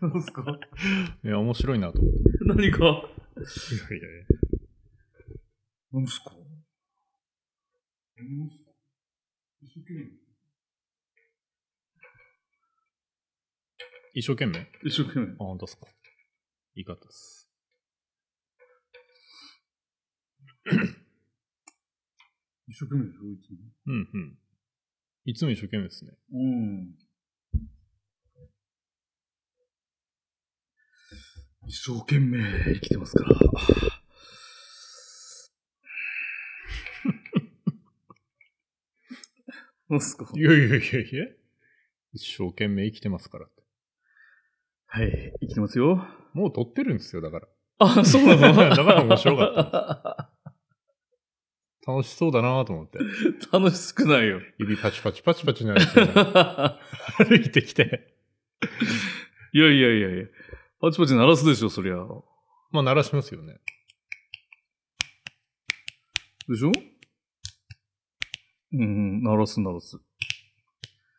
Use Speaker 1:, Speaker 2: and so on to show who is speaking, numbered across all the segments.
Speaker 1: なんですか
Speaker 2: いや、面白いなと思って。
Speaker 1: 何か。
Speaker 2: いやいやい
Speaker 1: 何ですか何すか一生懸命。
Speaker 2: や一生懸命あ、
Speaker 1: 一生懸命。
Speaker 2: 本当ですか。いい方です。
Speaker 1: 一生懸命ですよ、いつも。
Speaker 2: うんうん。いつも一生懸命ですね。
Speaker 1: うん。一生懸命 生きてますから。何すか
Speaker 2: いやいやいやいや。一生懸命生きてますからって。
Speaker 1: はい、生きてますよ。
Speaker 2: もう撮ってるんですよ、だから。
Speaker 1: あ、そう
Speaker 2: だ から面白
Speaker 1: かっ
Speaker 2: 楽しそうだなと思って。
Speaker 1: た。 楽しくないよ。
Speaker 2: 指パチパチパチパチなやつ が歩いてきて。
Speaker 1: いやいやいやいや。パチパチ鳴らすでしょ、そりゃ。で
Speaker 2: まあ、鳴らしますよね。
Speaker 1: しょうんうん、鳴らす鳴らす。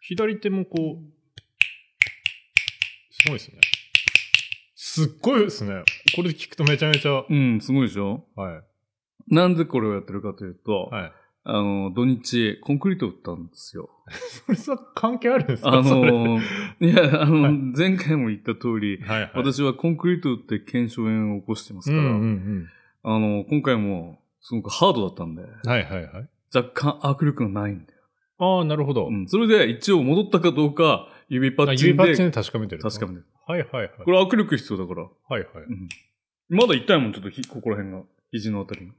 Speaker 2: 左手もこう、すごいですね。すっごいですね。これ聞くとめちゃめちゃ、
Speaker 1: うん、すごいでしょ
Speaker 2: はい。
Speaker 1: なんでこれをやってるかというと、
Speaker 2: はい。
Speaker 1: あの、土日、コンクリート打ったんですよ。
Speaker 2: それさ、関 係あるんですか
Speaker 1: あ
Speaker 2: それはい
Speaker 1: の、いや、あの、
Speaker 2: はい
Speaker 1: 前回も言った通り、
Speaker 2: はい。
Speaker 1: 私はコンクリート打って腱鞘炎を起こしてます
Speaker 2: う
Speaker 1: か
Speaker 2: ん
Speaker 1: ら、
Speaker 2: うん
Speaker 1: あの、今回も、すごくハードだったんで、
Speaker 2: うん。はいはいはい。
Speaker 1: 若干握力がないんだよ。
Speaker 2: ああ、なるほど。
Speaker 1: うん、それで一応戻ったかどうか、指パ
Speaker 2: あ
Speaker 1: ッチ
Speaker 2: 指
Speaker 1: ン
Speaker 2: パッチン
Speaker 1: で
Speaker 2: で確かめてる。
Speaker 1: 確かめてる。
Speaker 2: はいはいはい。
Speaker 1: これ握力必要だから。
Speaker 2: はいはい。
Speaker 1: うん。まだ痛いもん、ちょっとひここら辺が。肘のあたりが。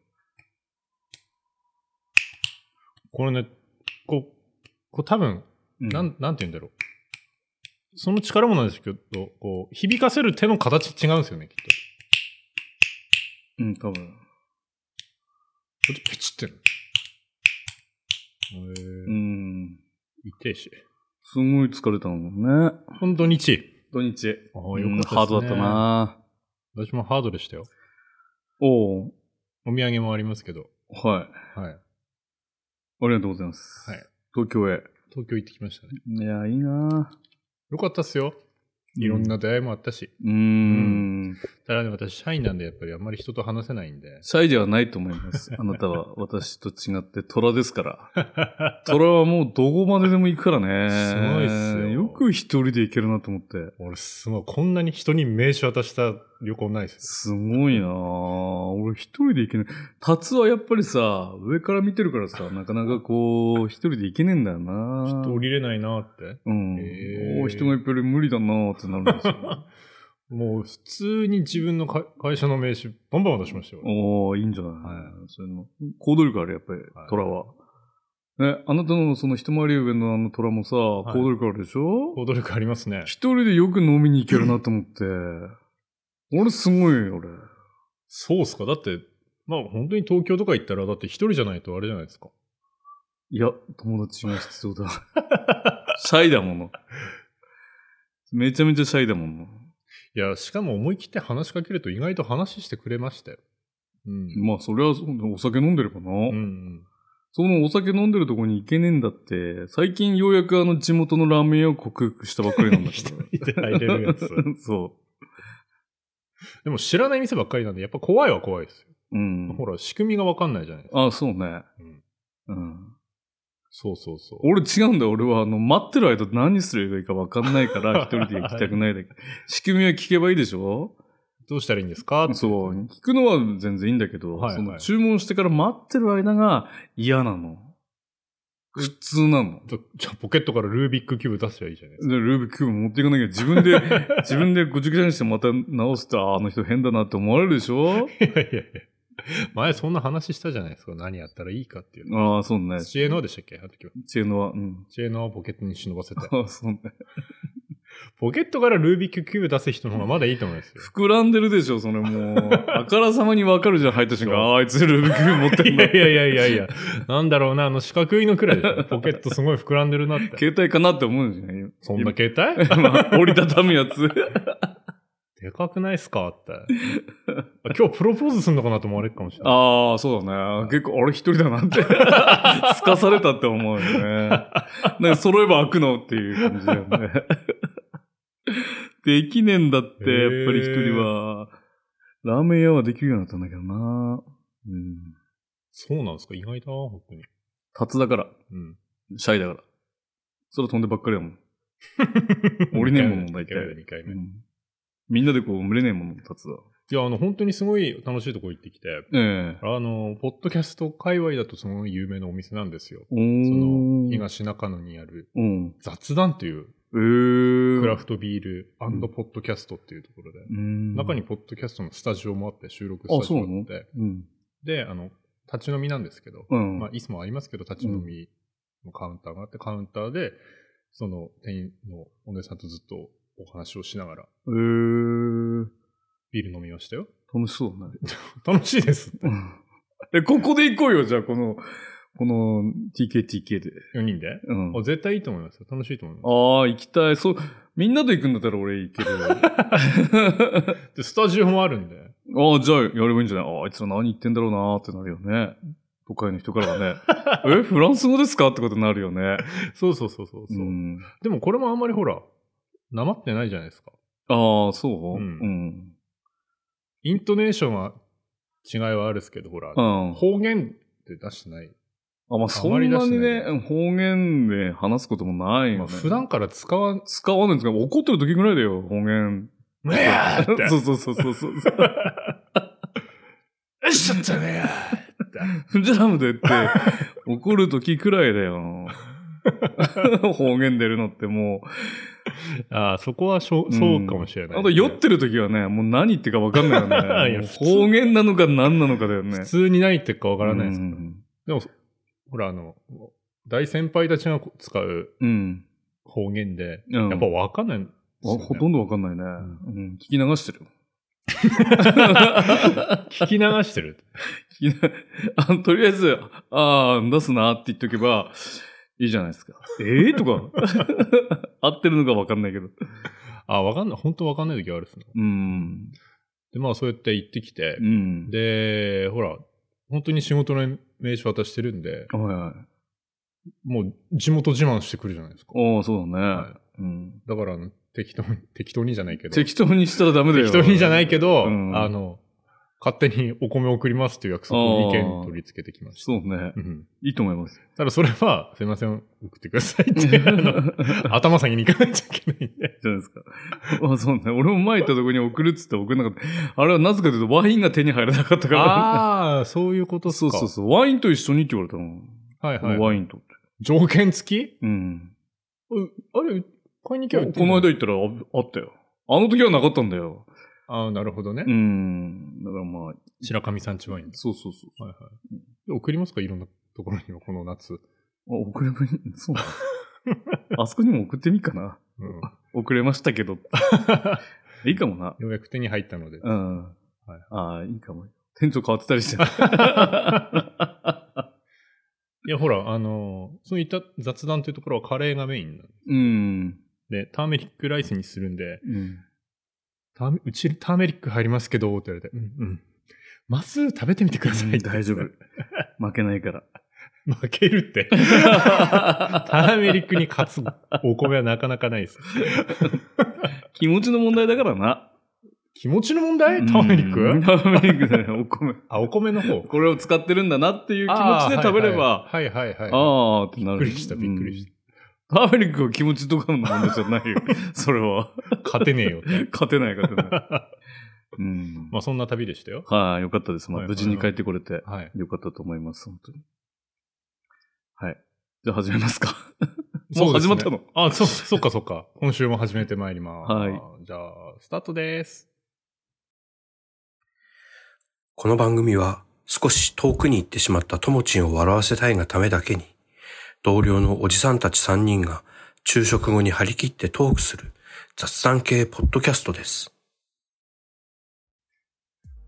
Speaker 2: これね、こう、こう多分、
Speaker 1: う
Speaker 2: なん、なんて言うんだろう。その力もなんですけど、こう、響かせる手の形違うんですよね、きっと。
Speaker 1: うん、多分。
Speaker 2: こっちピチってる。え
Speaker 1: う
Speaker 2: ー、
Speaker 1: ん。
Speaker 2: 痛いし。
Speaker 1: すごい疲れたもんね。
Speaker 2: 本当に1位。
Speaker 1: 土日。
Speaker 2: ああ、
Speaker 1: うんハードだった。な
Speaker 2: 私もハードでしたよ。
Speaker 1: おお
Speaker 2: お土産もありますけど。
Speaker 1: はい。
Speaker 2: はい。
Speaker 1: ありがとうございます。
Speaker 2: はい。
Speaker 1: 東京へ。
Speaker 2: 東京行ってきましたね。
Speaker 1: いや、いいな
Speaker 2: よかったっすよ。いろん。な出会いもあったし。
Speaker 1: うーん。
Speaker 2: ただね、私、社員なんで、やっぱりあんまり人と話せないんで。
Speaker 1: シャイではないと思い ます。あなたは私と違って虎ですから。 虎はもうどこまででも行くからね。
Speaker 2: すごいっすよ
Speaker 1: よく一人で行けるなと思って。
Speaker 2: 俺、すごい。こんなに人に名刺渡した旅行ないです。
Speaker 1: すごいな俺一人で行けない。タツはやっぱりさ、上から見てるからさ、なかなかこう、一人で行けねえんだよな
Speaker 2: ちょっと降りれないなって。
Speaker 1: うん。
Speaker 2: へー
Speaker 1: お人がいっぱいいる無理だなーってなるんですよ。
Speaker 2: もう、普通に自分のか会社の名刺、バンバン渡しましたよ。
Speaker 1: おー、いいんじゃない、
Speaker 2: は
Speaker 1: そういうの。行動力ある、やっぱり
Speaker 2: は、い
Speaker 1: 虎は。ね、あなたのその一回り上のあの虎もさ、
Speaker 2: い
Speaker 1: 行動力あるでしょ、
Speaker 2: 行動力ありますね。
Speaker 1: 一人でよく飲みに行けるなと思って。 俺すごいよ、俺。
Speaker 2: そうっすか。だって、まあ本当に東京とか行ったら、だって一人じゃないとあれじゃないですか。
Speaker 1: いや、友達が必要だ。 シャイだもの。めちゃめちゃシャイだもの。
Speaker 2: いや、しかも思い切って話しかけると意外と話してくれましたよ。うん。
Speaker 1: まあ、それはそうお酒飲んでるかな、
Speaker 2: うんうん。
Speaker 1: そのお酒飲んでるとこに行けねえんだって、最近ようやくあの地元のラーメン屋を克服したばっかりなんだ け
Speaker 2: 一
Speaker 1: ど。
Speaker 2: 人で入れる やつ。
Speaker 1: そ
Speaker 2: でも知らない店ばっかりなんで、やっぱ怖いは怖いですよ。
Speaker 1: う。うん。
Speaker 2: ほら、仕組みがわかんないじゃないですか。
Speaker 1: あ、そうね。う
Speaker 2: うん
Speaker 1: ん。
Speaker 2: そうそうそう。
Speaker 1: 俺違うんだよ。俺は、あの、待ってる間何すればいいか分かんない から、一人で行きたくないだけ。仕組みは聞けばいいでしょ
Speaker 2: どうしたらいいんですかって
Speaker 1: そう。聞くのは全然いいんだけど、
Speaker 2: はいはい
Speaker 1: その注文してから待ってる間が嫌なの。苦痛なの。
Speaker 2: じゃじゃあポケットからルービックキューブ出せばいいじゃないです
Speaker 1: で、ルービックキューブ持っていかなきゃ自分で、 自分でごちゃごちゃにしてまた直すと、あーあの人変だなって思われるでし ょ
Speaker 2: か。いやいやいや。前そんな話したじゃないですか。何やったらいいかっていうの。
Speaker 1: ああ、そうね。
Speaker 2: 知恵の輪でしたっけあの時は。
Speaker 1: 知恵のは。うん。
Speaker 2: 知恵の輪をポケットに忍ばせて。
Speaker 1: ああ、そうね。
Speaker 2: ポケットからルービックキューブ出す人の方がまだいいと思いますよ。
Speaker 1: 膨らんでるでしょ、それも う。あからさまにわかるじゃん、入った瞬間。ああ、あいつルービックキューブ持って
Speaker 2: い
Speaker 1: んだ
Speaker 2: やいやいやいやいや、なんだろうな、あの四角いのくらいでしょ。ポケットすごい膨らんでるな って。
Speaker 1: 携帯かなって思うんですよね。
Speaker 2: そんな携帯
Speaker 1: 今まあ折りたたむや つ。
Speaker 2: でかくないっすかって。あ今日プロポーズするのかなと思われるかもしれない。
Speaker 1: ああ、そうだね。結構、俺一人だな って。すかされたって思うよね。なんか揃えば開くのっていう感じだよ ね。できねえんだって、やっぱり一人は。ラーメン屋はできるようになったんだけどな。うん。
Speaker 2: そうなんですか意外だな、本当に。
Speaker 1: タツだから。
Speaker 2: うん。
Speaker 1: シャイだから。空飛んでばっかりだもん。降りねえもん
Speaker 2: 二
Speaker 1: 大体
Speaker 2: 回目、2回目。い
Speaker 1: みんなでこう、群れねえもの、タツは。
Speaker 2: や、あの、本当にすごい楽しいとこ行ってきて、
Speaker 1: ええ
Speaker 2: あの、ポッドキャスト界隈だとすごい有名なお店なんですよ。
Speaker 1: お
Speaker 2: その、
Speaker 1: ー。
Speaker 2: 東中野にある
Speaker 1: うん。
Speaker 2: 雑談という
Speaker 1: えー。
Speaker 2: クラフトビールポッドキャストっていうところで、
Speaker 1: うん。
Speaker 2: 中にポッドキャストのスタジオもあって、収録スタジオもあって、
Speaker 1: うん。
Speaker 2: で、あの、立ち飲みなんですけど、
Speaker 1: うん。
Speaker 2: まあ、いつもありますけど、立ち飲みのカウンターがあって、カウンターで、その店員のお姉さんとずっとお話をしながら、
Speaker 1: えー。
Speaker 2: ビール飲みましたよ。
Speaker 1: 楽しそうだね。
Speaker 2: 楽しいです。
Speaker 1: え、ここで行こうよ、じゃあ、この、この TKTK で。
Speaker 2: 4人で。
Speaker 1: うん。
Speaker 2: あ絶対いいと思いますよ。楽しいと思います。
Speaker 1: ああ、行きたい。そう、みんなで行くんだったら俺行け る。
Speaker 2: で、スタジオもあるんで。
Speaker 1: ああ、じゃあやればいいんじゃないああ、いつら何言ってんだろうなーってなるよね。都会の人からは ね。え、フランス語ですかってことになるよね。
Speaker 2: そうそうそうそうそうう、
Speaker 1: ん。
Speaker 2: でもこれもあんまりほら、なまってないじゃないですか。
Speaker 1: ああ、そうう
Speaker 2: うん
Speaker 1: ん。
Speaker 2: イントネーションは違いはあるですけど、ほら、
Speaker 1: うん。
Speaker 2: 方言って出してない。
Speaker 1: あ、まあ、
Speaker 2: あ
Speaker 1: そ
Speaker 2: まり
Speaker 1: ん
Speaker 2: 出
Speaker 1: な
Speaker 2: して
Speaker 1: に
Speaker 2: ない
Speaker 1: ね、方言で話すこともない
Speaker 2: ま
Speaker 1: よね。
Speaker 2: あ普段から使わん、
Speaker 1: 使わないんですけど、怒ってる時ぐらいだよ、方言。
Speaker 2: うわーっ て
Speaker 1: そうそうそうそうそう。フ
Speaker 2: よしちゃったね
Speaker 1: ジャムで って、怒る時くらいだよ。 方言出るのっても
Speaker 2: ああ、そこはしょ、
Speaker 1: う。
Speaker 2: そうかもしれない、
Speaker 1: うんあと酔ってる時はね、もう何言ってるか分かんないよ
Speaker 2: い
Speaker 1: ね。
Speaker 2: や
Speaker 1: もう
Speaker 2: 普通
Speaker 1: 方言なのか何なのかだよね。
Speaker 2: 普通にないってかわからないですけど、
Speaker 1: うん
Speaker 2: でも、ほら、あの、大先輩たちが使う
Speaker 1: うん。
Speaker 2: 方言で、
Speaker 1: うん
Speaker 2: やっぱわかんないんですよ
Speaker 1: わ
Speaker 2: ね、
Speaker 1: ほとんど分かんないね。うん聞き流してるよ。
Speaker 2: 聞き流してる。
Speaker 1: 聞きなあとりあえず、ああ、出すなって言っとけば、いいじゃないですか。ええとか。 合ってるのか分かんないけど。
Speaker 2: ああ、わかんない。本当わかんない時あるっすね。
Speaker 1: うん。
Speaker 2: で、まあそうやって行ってきて、
Speaker 1: うん。
Speaker 2: で、ほら、本当に仕事の名刺渡してるんで、
Speaker 1: はいはい。
Speaker 2: もう地元自慢してくるじゃないですか。
Speaker 1: ああ、そうだね。
Speaker 2: は
Speaker 1: うん。
Speaker 2: だからあの、適当に、適当にじゃないけど、
Speaker 1: 適当にしたらダメだよ。
Speaker 2: 適当にじゃないけど、
Speaker 1: うん
Speaker 2: あの、勝手にお米を送りますっていう約束を2件取り付けてきまし
Speaker 1: そうね
Speaker 2: た。。うん
Speaker 1: いいと思い ます。
Speaker 2: ただそれは、すいません、送ってくださいって、 あの頭下げに行かなきゃいけないんで。
Speaker 1: じゃないですか。あそうね。俺も前行ったとこに送るっつって送れなかった。あれはなぜかというとワインが手に入らなかったから、
Speaker 2: ああ、そういうことっす
Speaker 1: そう
Speaker 2: か。
Speaker 1: そうそう。ワインと一緒にって言われたもん。
Speaker 2: はい
Speaker 1: こ
Speaker 2: はい。
Speaker 1: のワインとって。
Speaker 2: 条件付き
Speaker 1: うん。
Speaker 2: あれ、買いに行けば売って
Speaker 1: こ
Speaker 2: んじゃ
Speaker 1: の
Speaker 2: ない
Speaker 1: 間行ったらああったよ。あの時はなかったんだよ。
Speaker 2: ああ、なるほどね。
Speaker 1: うん。だからまあ、
Speaker 2: 白神山地ワインです。
Speaker 1: そうそうそう。
Speaker 2: はいはい。で送りますかいろんなところには、この夏。
Speaker 1: あ、送ればいい。そう なのあそこにも送ってみっかな。
Speaker 2: うん、
Speaker 1: 遅れましたけど。いいかもな。
Speaker 2: ようやく手に入った ので。
Speaker 1: うん。
Speaker 2: はい
Speaker 1: ああ、いいかも。店長変わってたりして。
Speaker 2: いや、ほら、あのーそのいった雑談というところはカレーがメインなん
Speaker 1: うん。
Speaker 2: で、ターメリックライスにするんで、
Speaker 1: うん。
Speaker 2: ターメうちターメリック入りますけど、って言われて、うんうん。まず食べてみてくださいって、
Speaker 1: 大丈夫。負けない から。
Speaker 2: 負ける って。ターメリックに勝つお米はなかなかないです。
Speaker 1: 気持ちの問題だからな。
Speaker 2: 気持ちの問題ターメリッ
Speaker 1: うん
Speaker 2: ク
Speaker 1: ターメリックだよ、お米。
Speaker 2: あ、お米の方。
Speaker 1: これを使ってるんだなっていう気持ちで食べれば、
Speaker 2: はいはいはいはいは
Speaker 1: ああ
Speaker 2: い。
Speaker 1: ーってなる。。
Speaker 2: びっくりした、びっくり した
Speaker 1: ターメリックは気持ちとかの問題じゃ ないよ。それは。
Speaker 2: た。勝てねえよって。
Speaker 1: 勝てない、勝てない。 うん。
Speaker 2: まあそんな旅でしたよ。
Speaker 1: はい、よかったです。まあ、
Speaker 2: はい
Speaker 1: 無事に帰ってこれて、
Speaker 2: はい。
Speaker 1: よかったと思います、本当に。はい。じゃあ始めます か。も
Speaker 2: そううで
Speaker 1: 始
Speaker 2: す
Speaker 1: ま
Speaker 2: ね
Speaker 1: ったの
Speaker 2: あ、そう、そっかそっか。今週も始めてまいります。
Speaker 1: はい。
Speaker 2: じゃあ、スタートです。
Speaker 3: この番組は少し遠くに行ってしまったともちんを笑わせたいがためだけに、同僚のおじさんたち3人が昼食後に張り切ってトークする雑談系ポッドキャストです。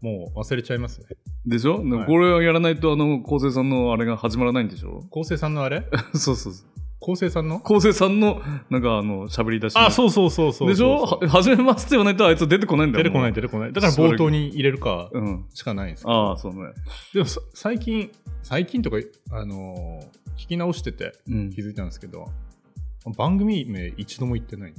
Speaker 2: もう忘れちゃいますね。
Speaker 1: でしょ、
Speaker 2: はい
Speaker 1: これをやらないと、あの、昴生さんのあれが始まらないんでし ょ
Speaker 2: 昴生さんの あれ
Speaker 1: そうそうそう。
Speaker 2: 昴生さんの
Speaker 1: 昴生さんの、なんかあの、喋り出しの
Speaker 2: あ、そうそうそうそうそう。
Speaker 1: でしょ は始めますって言わないとあいつ出てこないんだよ。
Speaker 2: 出てこない
Speaker 1: も
Speaker 2: 出てこない。だから冒頭に入れるか
Speaker 1: ううん。
Speaker 2: しかないんですけど
Speaker 1: ああ、そうね。
Speaker 2: でもさ最近、最近とか、あのー聞き直してて
Speaker 1: うん
Speaker 2: 気づいたんですけど、番組名一度も言ってない。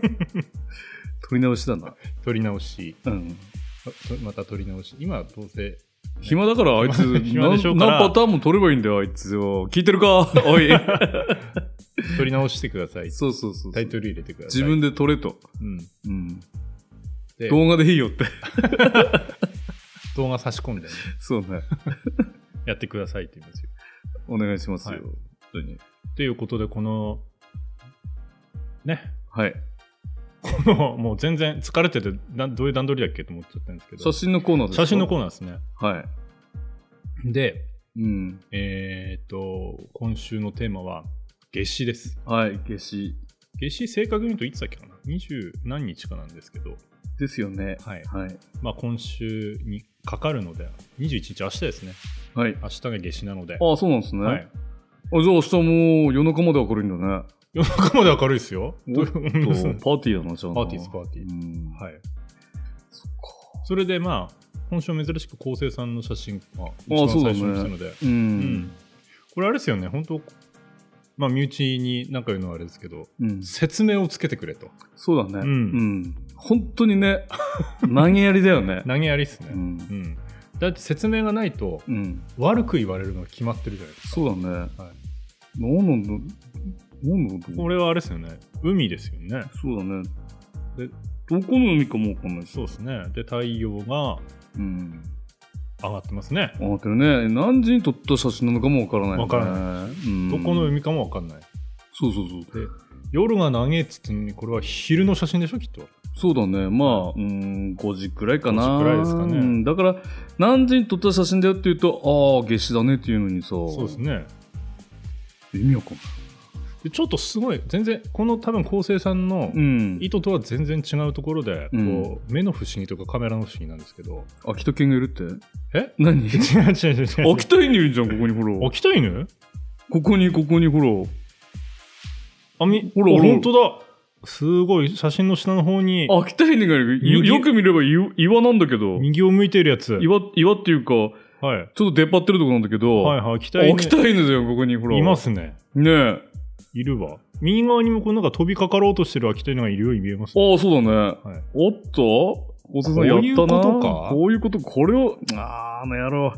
Speaker 1: 取り直しだな。
Speaker 2: 撮り直し、
Speaker 1: うん。
Speaker 2: ままた撮り直し。今はどうせ、
Speaker 1: 暇だからあいつ、
Speaker 2: 暇でしょ
Speaker 1: 何
Speaker 2: うから
Speaker 1: 何パターンも取ればいいんだよ、あいつを。聞いてるか おい。
Speaker 2: 撮り直してください。
Speaker 1: そうそうそう。
Speaker 2: タイトル入れてください。
Speaker 1: 自分で取れと。
Speaker 2: うん。
Speaker 1: うん。
Speaker 2: で
Speaker 1: 動画でいいよって。
Speaker 2: 動画差し込んでね、
Speaker 1: そうね。
Speaker 2: やってくださいって言うんですよ。
Speaker 1: お願いしますよ。
Speaker 2: はい
Speaker 1: 本当に。
Speaker 2: ということで、この、ね、
Speaker 1: はい。
Speaker 2: この、もう全然疲れてて、などういう段取りだっけと思っちゃったんですけど、
Speaker 1: 写真のコーナーです
Speaker 2: 写真の
Speaker 1: ー
Speaker 2: コーナーですね。
Speaker 1: ナー。はい。
Speaker 2: で、
Speaker 1: うん。
Speaker 2: えーっと、今週のテーマは、夏至です。
Speaker 1: はい。消し。
Speaker 2: 夏至正確に言うといつだっけかな20何日かなんですけど、
Speaker 1: ですよね。
Speaker 2: はい
Speaker 1: はい。
Speaker 2: まあ、今週にかかるので21日明日ですね
Speaker 1: はい。
Speaker 2: 明日が夏至なので、
Speaker 1: ああ、そうなんですね。
Speaker 2: は
Speaker 1: あ
Speaker 2: い、
Speaker 1: じゃあ明日も夜中まで明るいんだ ね。
Speaker 2: 夜中まで明るいですよ
Speaker 1: おっと、パ
Speaker 2: は
Speaker 1: ーティーだな、じゃあな。
Speaker 2: パーティーですパーティー
Speaker 1: うん
Speaker 2: い、
Speaker 1: そっか。
Speaker 2: それでまあ今週は珍しく昴生さんの写真が一
Speaker 1: あ
Speaker 2: 番
Speaker 1: そうだね
Speaker 2: 最初に来たので、
Speaker 1: う
Speaker 2: うん
Speaker 1: ん。
Speaker 2: これあれですよね本当まあ身内に何か言うのはあれですけど
Speaker 1: うん。
Speaker 2: 説明をつけてくれと
Speaker 1: そうだね。
Speaker 2: う
Speaker 1: うんん。本当に ね、投げやりだよね。
Speaker 2: 投げやりっすね、
Speaker 1: う
Speaker 2: うん
Speaker 1: ん。
Speaker 2: だって説明がないと
Speaker 1: うん。
Speaker 2: 悪く言われるのが決まってるじゃないですか
Speaker 1: そうだね。
Speaker 2: は
Speaker 1: 何なんだ、何なんだろう
Speaker 2: これはあれですよね海ですよね
Speaker 1: そうだね。
Speaker 2: で
Speaker 1: で、どこの海かもわかんないし。
Speaker 2: そうですね。で、太陽が
Speaker 1: うん。
Speaker 2: 上がってますね。
Speaker 1: あってるね。何時に撮った写真なのかもわからない、ね。。
Speaker 2: わからない
Speaker 1: うん。
Speaker 2: どこの海かもわかんない。
Speaker 1: そうそうそう。
Speaker 2: 夜が長えっつってんのに、これは昼の写真でしょ、きっと。
Speaker 1: そうだね。まあ、うん、5時くらいかな。
Speaker 2: 5時くらいですかね
Speaker 1: うん、だから、何時に撮った写真だよって言うと、ああ、夏至だねっていうのにさ、
Speaker 2: そうですね。
Speaker 1: 意味わかんない。
Speaker 2: で、ちょっとすごい、全然、この多分、昴生さんの
Speaker 1: うん。
Speaker 2: 意図とは全然違うところで、
Speaker 1: うん
Speaker 2: こう、目の不思議とかカメラの不思議なんですけ ど。
Speaker 1: 秋田犬がいるって
Speaker 2: え
Speaker 1: 何秋
Speaker 2: 違う違う違う違う。
Speaker 1: 田犬いるじゃん、ここにほら。
Speaker 2: 起きた犬
Speaker 1: ここに、ここにほら。
Speaker 2: あみ、
Speaker 1: ほら
Speaker 2: あ
Speaker 1: ほら
Speaker 2: 本当だ。すごい、写真の下の方に、
Speaker 1: 秋田犬がいる。よ
Speaker 2: 右
Speaker 1: よく見れば岩岩なんだけど。
Speaker 2: 右を向いてるやつ。
Speaker 1: 岩、岩っていうか、
Speaker 2: はい。
Speaker 1: ちょっと出っ張ってるとこなんだけど。
Speaker 2: はいはい、北
Speaker 1: 秋田犬だよ、ここにほら。
Speaker 2: いますね。
Speaker 1: ねえ。
Speaker 2: いるわ。右側にもこうなんか飛びかかろうとしてる秋田犬がいるように見えますね。
Speaker 1: ああ、そうだね。
Speaker 2: い
Speaker 1: おっと大瀬さんやったな。
Speaker 2: こういうことか
Speaker 1: こういうこと、これを、あーあの野 郎。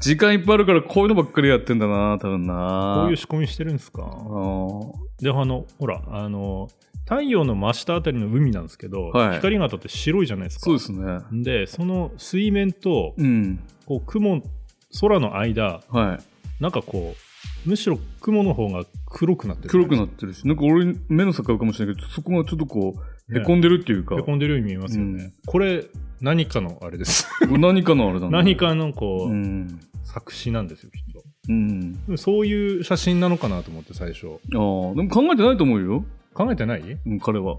Speaker 1: 時間いっぱいあるからこういうのばっかりやってんだな、多分な。
Speaker 2: こういう仕込みしてるんですか。で、あの、ほら、あの、太陽の真下あたりの海なんですけど、
Speaker 1: はい
Speaker 2: 光が当たって白いじゃないですか。
Speaker 1: そうですね。
Speaker 2: でその水面と、
Speaker 1: うん。
Speaker 2: こう、雲、空の間、
Speaker 1: は
Speaker 2: なんかこう、むしろ雲の方が黒くなって
Speaker 1: い。
Speaker 2: る。
Speaker 1: 黒くな
Speaker 2: っ
Speaker 1: ってるし、なんか俺、目の境かもしれないけど、そこがちょっとこう、へこ
Speaker 2: ん
Speaker 1: んでるっていうか、
Speaker 2: へこんでるように見えますよね。
Speaker 1: うん
Speaker 2: これ、何かのあれです。
Speaker 1: 何かのあれだね。
Speaker 2: 何かのこ
Speaker 1: う
Speaker 2: う、
Speaker 1: ん。
Speaker 2: 作詞なんですよ、きっと。
Speaker 1: うん。
Speaker 2: でもそういう写真なのかなと思って、最初。
Speaker 1: ああ、でも考えてないと思うよ。
Speaker 2: 考えてない
Speaker 1: うん、彼 は。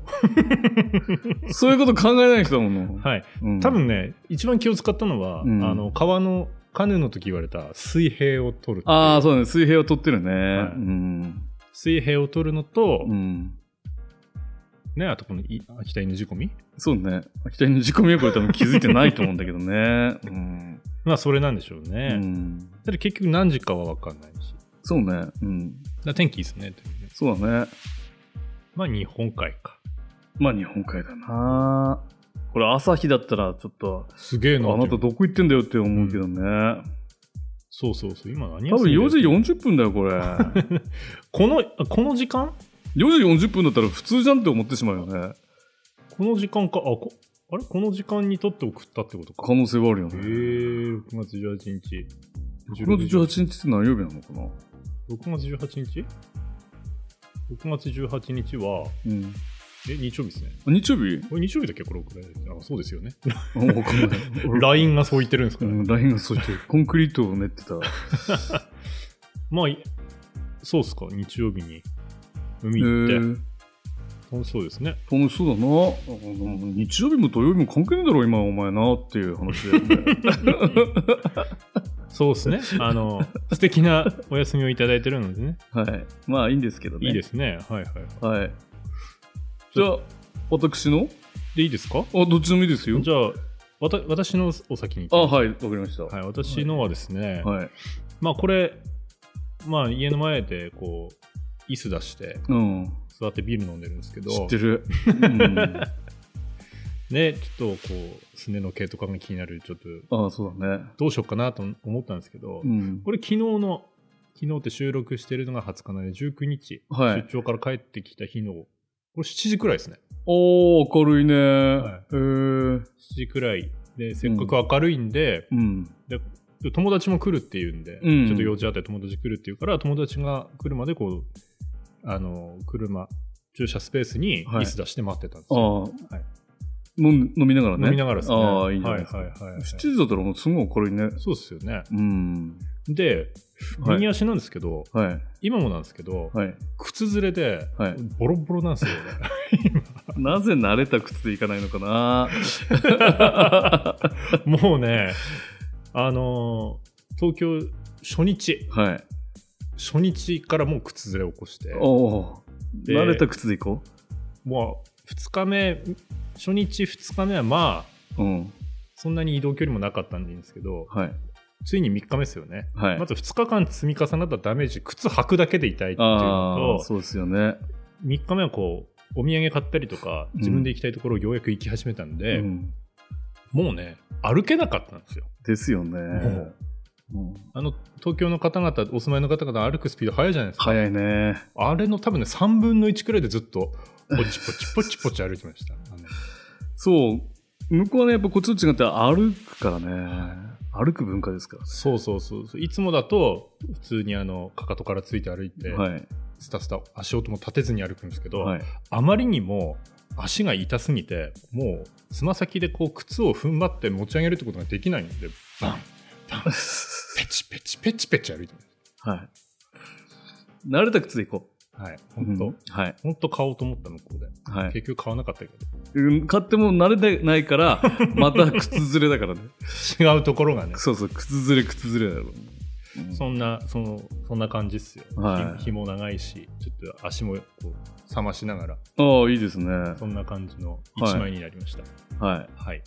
Speaker 1: そういうこと考えない人だもんな。
Speaker 2: はい。
Speaker 1: うん
Speaker 2: 多分ね、一番気を使ったのは、
Speaker 1: うん
Speaker 2: あの川のカヌーの時言われた水平を取る
Speaker 1: ああ、そうだね。水平を取ってるね。
Speaker 2: はい
Speaker 1: うん。
Speaker 2: 水平を取るのと、
Speaker 1: うん。
Speaker 2: ねあとこのい秋田犬仕込み
Speaker 1: そうね。秋田犬の仕込みはこれ多分気づいてないと思うんだけどね。うん。
Speaker 2: まあそれなんでしょう
Speaker 1: う
Speaker 2: ね、だ
Speaker 1: ん、
Speaker 2: って結局何時かは分かんないしだか
Speaker 1: そうね。うん。
Speaker 2: ら天気いいですねというね
Speaker 1: そうだね。
Speaker 2: まあ日本海か
Speaker 1: まあ日本海だな。これ朝日だったらちょっと、
Speaker 2: すげえ
Speaker 1: あ
Speaker 2: な
Speaker 1: なたどこ行ってんだよって思うけどね。
Speaker 2: そうそうそう今何
Speaker 1: 多分4時
Speaker 2: よ
Speaker 1: 40分だよ、こ れ。
Speaker 2: このあこの時間
Speaker 1: 4時40分だったら普通じゃんって思ってしまうよね。
Speaker 2: この時間かあこあれこの時間に撮って送ったってことか
Speaker 1: 可能性はあるよ
Speaker 2: え
Speaker 1: ね。
Speaker 2: ー、6月18日
Speaker 1: 6月18日って何曜日なのかな
Speaker 2: 6月18日 ?6 月18日は、
Speaker 1: うん。
Speaker 2: え、日曜日ですね。
Speaker 1: あ日曜日
Speaker 2: これ日曜日だっけこれ送られてあ、そうです よね。
Speaker 1: あ わかんない。俺
Speaker 2: LINE がそう言ってるんです
Speaker 1: う
Speaker 2: から、
Speaker 1: んラインがそうしてる、コンクリートを練ってた。
Speaker 2: まあ、いそうっすか、日曜日に。海行って。楽しそうですね。
Speaker 1: 楽しそうだな。日曜日も土曜日も関係ないだろ、今、お前な、っていう話で。
Speaker 2: そうですね。あの、素敵なお休みをいただいてるのでね。
Speaker 1: はい。まあ、いいんですけどね。。
Speaker 2: いいですすね。はいはいはい。
Speaker 1: はい。じゃあ、私の
Speaker 2: で、いいですか
Speaker 1: あ、どっちでもいいですよ。
Speaker 2: じゃあ、わた私のお先に行き
Speaker 1: あ、
Speaker 2: ます
Speaker 1: はい、わかりました。は
Speaker 2: はい、私のはですね、
Speaker 1: い。はい、
Speaker 2: まあこれ、まあ家の前でこう、椅子出して、
Speaker 1: うん。
Speaker 2: 座ってビール飲んでるんですけど、
Speaker 1: 知ってる。うん、
Speaker 2: ね、ちょっとこう、すねの毛とかが気になる、ちょっと、
Speaker 1: あそうだね。
Speaker 2: どうしようかなと思ったんですけど、
Speaker 1: うん。
Speaker 2: これ昨日の、昨日って収録してるのが20日なので、19日、
Speaker 1: はい
Speaker 2: 出張から帰ってきた日の、これ7時くらいですね。
Speaker 1: おー、明るいね。
Speaker 2: は
Speaker 1: へー。
Speaker 2: 7時くらいで、せっかく明るいんで、
Speaker 1: うん。
Speaker 2: で友達も来るっていうんで、
Speaker 1: うん
Speaker 2: ちょっと用事あって友達来るっていうから友達が来るまでこうあの車駐車スペースに
Speaker 1: はい
Speaker 2: 椅子出して待ってたんです
Speaker 1: あ
Speaker 2: よ、
Speaker 1: あ、飲ん飲みながらね。
Speaker 2: 飲みながらですね
Speaker 1: ああ、いいじゃないですか。
Speaker 2: はいはいはいはい
Speaker 1: 7時だったらもうすごい明るいね。
Speaker 2: そうですよね
Speaker 1: うん。
Speaker 2: で
Speaker 1: はい
Speaker 2: 右足なんですけど、
Speaker 1: はい。
Speaker 2: 今もなんですけど、
Speaker 1: はい。
Speaker 2: 靴ずれで、
Speaker 1: はい
Speaker 2: ボロボロなんですよ、
Speaker 1: なぜ慣れた靴でいかないのかな
Speaker 2: 俺もうねあの東京初日
Speaker 1: はい。
Speaker 2: 初日からもう靴ずれ起こして
Speaker 1: おお。
Speaker 2: で
Speaker 1: 慣れた靴でいこ
Speaker 2: もう2日目初日2日目はまあ
Speaker 1: う。うん。
Speaker 2: そんなに移動距離もなかったんでいいんですけど、
Speaker 1: はい。
Speaker 2: ついに3日目ですよね。
Speaker 1: はい。
Speaker 2: まず2日間積み重なったダメージ、靴履くだけで痛いっていう
Speaker 1: あ
Speaker 2: の
Speaker 1: あ、
Speaker 2: と、
Speaker 1: そうですよね。
Speaker 2: 3日目はこう、お土産買ったりとか、
Speaker 1: うん
Speaker 2: 自分で行きたいところをようやく行き始めたんで、
Speaker 1: うん、
Speaker 2: もうね、歩けなかったんですよ。
Speaker 1: ですよね。
Speaker 2: も
Speaker 1: うん
Speaker 2: あの、東京の方々、お住まいの方々、歩くスピード速いじゃないですか。
Speaker 1: 早いね。
Speaker 2: あれの多分ね、3分の1くらいでずっと、ポチポチポチポチ歩いてました。あの
Speaker 1: そう。向こうはね、やっぱこっちと違って歩くからね。歩く文化ですか
Speaker 2: そうそうそうそう。いつもだと、普通にあの、かかとからついて歩いて、
Speaker 1: ら。はい。
Speaker 2: スタスタ足音も立てずに歩くんですけど、
Speaker 1: はい。
Speaker 2: あまりにも足が痛すぎてもうつま先でこう靴を踏ん張って持ち上げるってことができないんでバンペチペチペチペチ歩いて
Speaker 1: はい。慣れた靴でいこ。
Speaker 2: ますはいう本当、
Speaker 1: うんはい。
Speaker 2: 本当買おうと思った向こうで
Speaker 1: はい。
Speaker 2: 結局買わなかったけど
Speaker 1: うん買っても慣れてないから、 また靴ずれだからね。
Speaker 2: 違うところがね
Speaker 1: そうそう、靴ずれ、靴ずれだろうね。うん
Speaker 2: そんなそのそんな感じっすよ、
Speaker 1: はい
Speaker 2: ひ紐長いしちょっと足もこう冷ましながら
Speaker 1: ああ、いいですね。
Speaker 2: そんな感じの
Speaker 1: はい
Speaker 2: 一枚になりました
Speaker 1: はい。
Speaker 2: はい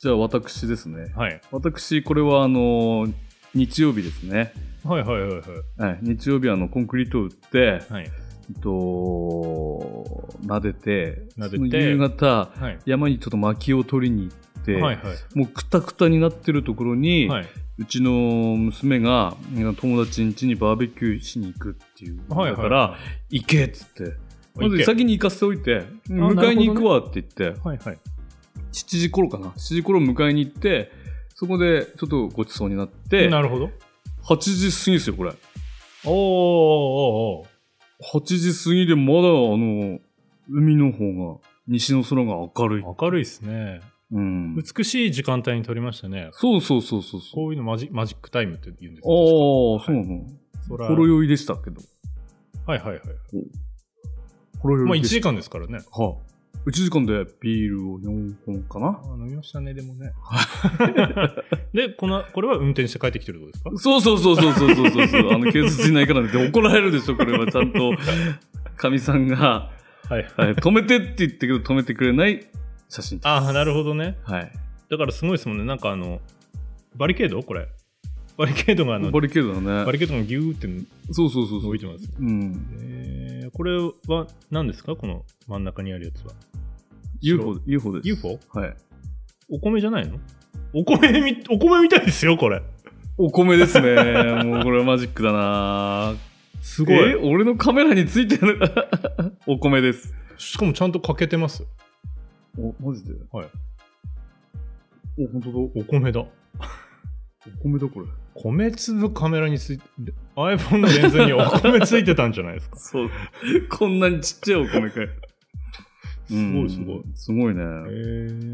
Speaker 1: じゃあ、私ですね。
Speaker 2: はい
Speaker 1: 私、これは、あのー日曜日ですね。
Speaker 2: はいはいはいはい
Speaker 1: はい。日曜日、あの、コンクリートを打って、
Speaker 2: はい
Speaker 1: えっと、撫でて、
Speaker 2: 撫でて
Speaker 1: その夕方、
Speaker 2: はい
Speaker 1: 山にちょっと薪を取りに行って、
Speaker 2: はいはい
Speaker 1: もうくたくたになってるところに、
Speaker 2: はいう
Speaker 1: ちの娘が友達ん家にバーベキューしに行くっていう。
Speaker 2: はいはい
Speaker 1: だから、行けっつって。ま
Speaker 2: い
Speaker 1: ず
Speaker 2: け
Speaker 1: 先に行かせておいて、迎えに行くわって言って、
Speaker 2: はいはい
Speaker 1: 7時頃かな。7時頃迎えに行って、そこでちょっとごちそうになって、
Speaker 2: なるほど
Speaker 1: 8時過ぎですよ、これ。
Speaker 2: おーおーおーおー
Speaker 1: 8時過ぎでまだ、あの、海の方が、西の空が明るい。
Speaker 2: 明るいですね。
Speaker 1: うん。
Speaker 2: 美しい時間帯に撮りましたね。
Speaker 1: そうそうそうそうそう。
Speaker 2: こういうのマジマジックタイムって言うんです
Speaker 1: ああ
Speaker 2: よ。、
Speaker 1: そうなの。
Speaker 2: そら
Speaker 1: ほろ酔いでしたけど。
Speaker 2: はいはいはい。
Speaker 1: ほろ
Speaker 2: ま
Speaker 1: 酔
Speaker 2: あ
Speaker 1: い
Speaker 2: 1
Speaker 1: でし
Speaker 2: 時間ですからね。
Speaker 1: た。はあ、1時間でビールを4本かな
Speaker 2: あ。飲みましたね、でもね。 で、この、これは運転して帰ってきてるってことです
Speaker 1: そうそうそうそうそうそうそう そう。あの、警察いないからねって怒られるでしょ、これは。ちゃんと、かみさんが、
Speaker 2: かはい。
Speaker 1: はい、止めてって言ったけど、止めてくれない写真です。
Speaker 2: ああ、なるほどね。
Speaker 1: はい。
Speaker 2: だからすごいですもんね。なんかあの、バリケードこれ。バリケードがあの、
Speaker 1: バリケードだ
Speaker 2: バ
Speaker 1: ね。
Speaker 2: リケードがギューって
Speaker 1: そうそうそうそ
Speaker 2: 伸
Speaker 1: う
Speaker 2: び。てますね。
Speaker 1: うん。
Speaker 2: えー、これは何ですかこの真ん中にあるやつは。
Speaker 1: UFO、UFO です。
Speaker 2: UFO?
Speaker 1: はい。
Speaker 2: お米じゃないのお米み、お米みたいですよ、これ。
Speaker 1: お米ですね。 もうこれはマジックだな
Speaker 2: す
Speaker 1: え俺のカメラについてる お米です。
Speaker 2: しかもちゃんと欠けてます。
Speaker 1: お、マジで
Speaker 2: はい。
Speaker 1: お、本当だ。お
Speaker 2: お米だ。
Speaker 1: 米だ、これ。
Speaker 2: 米粒カメラについて、iPhone のレンズにお米ついてたんじゃないですか。
Speaker 1: そう。こんなにちっちゃいお米 かよ。
Speaker 2: すごいすごい
Speaker 1: うん。すごいね。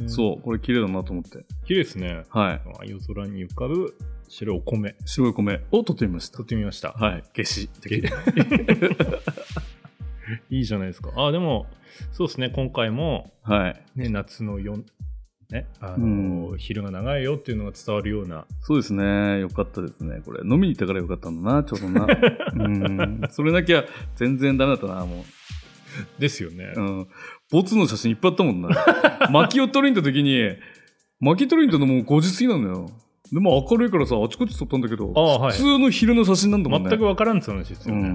Speaker 2: へ
Speaker 1: そう、これ綺麗だなと思って。
Speaker 2: う。綺麗ですね。
Speaker 1: はい。
Speaker 2: あ夜空に浮かぶ白いお米。
Speaker 1: 白い米を取ってみました
Speaker 2: 撮っ。てみました。
Speaker 1: はい。夏至。
Speaker 2: げいいじゃないですか。あ、でも、そうですね、今回も、
Speaker 1: はい。
Speaker 2: ね、夏のよんね、あの、
Speaker 1: うん
Speaker 2: 昼が長いよっていうのが伝わるような、
Speaker 1: そうですね。よかったですね。これ。飲みに行ったからよかったんだな、ちょうど な。うん。それなきゃ全然ダメだったな、も
Speaker 2: ですよね
Speaker 1: う。う。ん。ボツの写真いっぱいあった もんな。薪を取りに行った時に、薪取りに行ったのもう5時過ぎなのよ。でも明るいからさ、あちこち撮ったんだけど、
Speaker 2: ああ、はい
Speaker 1: 普。通の昼の写真なんだもんね。
Speaker 2: 全くわからんって話ですよね。
Speaker 1: う
Speaker 2: うん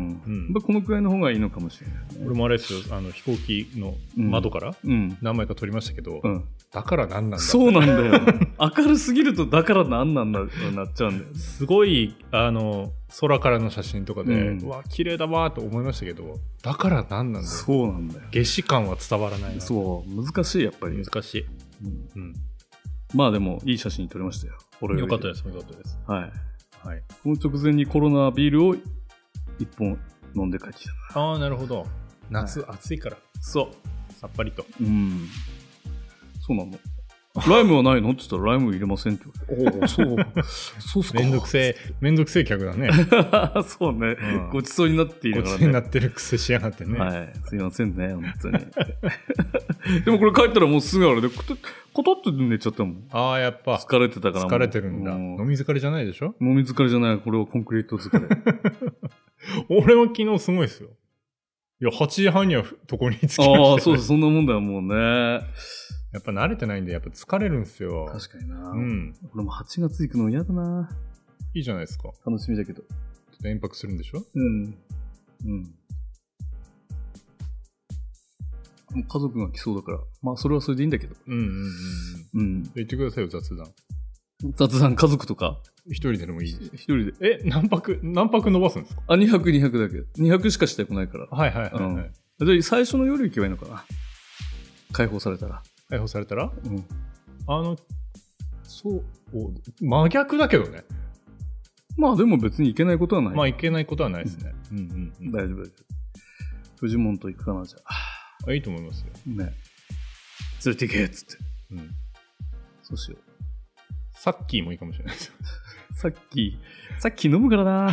Speaker 2: ん。
Speaker 1: まあこのくらいの方がいいのかもしれないですね。
Speaker 2: 俺もあれですよ、あの飛行機の窓から
Speaker 1: うん。
Speaker 2: 何枚か撮りましたけど、
Speaker 1: うん。
Speaker 2: だからなんなんだ
Speaker 1: そうなんだよ。 明るすぎると、だからなんなんだってなっちゃうんだよ。
Speaker 2: すごいあの空からの写真とかで、
Speaker 1: うん
Speaker 2: うわ綺麗だわーと思いましたけどだからなんなんだよ
Speaker 1: そうなんだよ。
Speaker 2: 夏至感は伝わらないな
Speaker 1: そう、難しい、やっぱり。
Speaker 2: 難しい、
Speaker 1: うん
Speaker 2: うん、
Speaker 1: まあでも、いい写真撮れましたよ。これ。
Speaker 2: よかったですすよかったです
Speaker 1: はい。
Speaker 2: はい
Speaker 1: この直前にコロナビールを一本飲んで帰ってきた。
Speaker 2: ああなるほど夏、暑いからそうさっぱりと
Speaker 1: うん。そうなの。ライムはないのって言ったら、ライム入れませんって言われて。おお、そう。そうっすか。
Speaker 2: めんどくせえめんどくせえ客だね
Speaker 1: そうね、
Speaker 2: うん
Speaker 1: ごちそうにな ってい
Speaker 2: ご
Speaker 1: る
Speaker 2: ち
Speaker 1: か
Speaker 2: そ
Speaker 1: ら
Speaker 2: うにな
Speaker 1: ね。
Speaker 2: ってるくせしやがってね、
Speaker 1: はい、すいませんね、本当に。 でもこれ帰ったらもうすぐあれで、コトッコトッと寝ちゃったもん。
Speaker 2: ああやっぱ
Speaker 1: 疲れてたからもう
Speaker 2: 疲れてるんだ
Speaker 1: う
Speaker 2: 飲み疲れじゃないでしょ
Speaker 1: 飲み疲れじゃない、これはコンクリート疲 れ。
Speaker 2: 俺は昨日すごいですよいや8時半には床に着きましたよ
Speaker 1: ああ、そうそう、そんなもんだよ、もうね。
Speaker 2: やっぱ慣れてないんでやっぱ疲れるんですよ
Speaker 1: 確かにな。
Speaker 2: うん
Speaker 1: 俺も8月行くの嫌だな。
Speaker 2: いいじゃないですか
Speaker 1: 楽しみだけど。
Speaker 2: ちょっと延泊するんでしょ
Speaker 1: うん。うん。もう家族が来そうだから。まあ、それはそれでいいんだけど。
Speaker 2: うんうんうんうん
Speaker 1: うん。
Speaker 2: 言ってくださいよ雑談
Speaker 1: 雑談、家族とか。
Speaker 2: 一人でもいい
Speaker 1: 一人で。
Speaker 2: え何泊何泊伸ばすんですか
Speaker 1: あ、2泊、2泊だけ。2泊しかしてこないから。
Speaker 2: はいはいはい、はい
Speaker 1: うんじゃあ、最初の夜行けばいいのかな。解放されたら。
Speaker 2: 逮捕されたら
Speaker 1: うん。
Speaker 2: あのそうお真逆だけどね
Speaker 1: まあ、でも別に行けないことはない。
Speaker 2: まあいけないことはないですねうんうんうん
Speaker 1: 大丈夫、大丈夫。フジモンと行くかな、じゃあ。
Speaker 2: あいいと思いますよ、
Speaker 1: ね。連れて行けっつって。
Speaker 2: うん、
Speaker 1: そうしよ
Speaker 2: さっきもいいかもしれないです
Speaker 1: う。さっき、さっき飲むから な。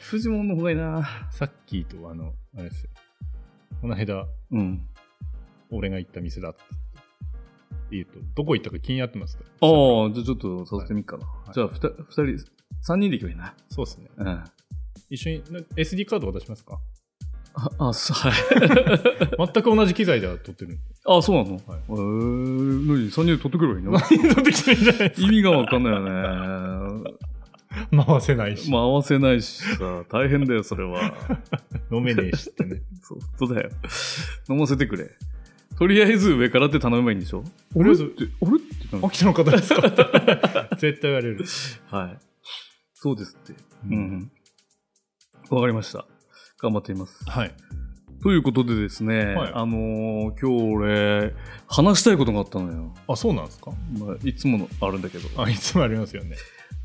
Speaker 1: フジモンの方がいいな。
Speaker 2: さっきと、あの、あれですよ。この間、
Speaker 1: うん。
Speaker 2: 俺が行った店だって言うと、どこ行ったか気になってますか
Speaker 1: ああ、じゃあちょっと誘ってみっかな。
Speaker 2: い
Speaker 1: じゃあ、ふた二人、三人で行けばいいな。
Speaker 2: そうですね。
Speaker 1: うん。あ、
Speaker 2: 一緒にな SD カード渡しますか
Speaker 1: あ、そう、 はい。
Speaker 2: 全く同じ機材では撮ってるんで。
Speaker 1: あ、そうなの、
Speaker 2: はい
Speaker 1: えー、 何三人で取ってくればいい の
Speaker 2: 撮ってきてるんじゃないです
Speaker 1: 意味がわかんない よね。
Speaker 2: か。回せないし、
Speaker 1: まあ、合わせないしさ、大変だよ、それ は。
Speaker 2: 飲めねえしっ てね。
Speaker 1: そうそうだよ。飲ませてくれ。とりあえず上からって頼めばいいんでしょ
Speaker 2: とりあえず
Speaker 1: あれって、あれってなんか
Speaker 2: 秋田の方です か絶対言われる。
Speaker 1: はい。そうですって。
Speaker 2: う
Speaker 1: うんん。わかりました。頑張ってみます。
Speaker 2: はい。
Speaker 1: ということでですね、
Speaker 2: はい
Speaker 1: あのー今日俺、話したいことがあったのよ。
Speaker 2: あ、そうなんですか
Speaker 1: まあ、いつものあるんだけど。あ
Speaker 2: あ、いつもありますよね。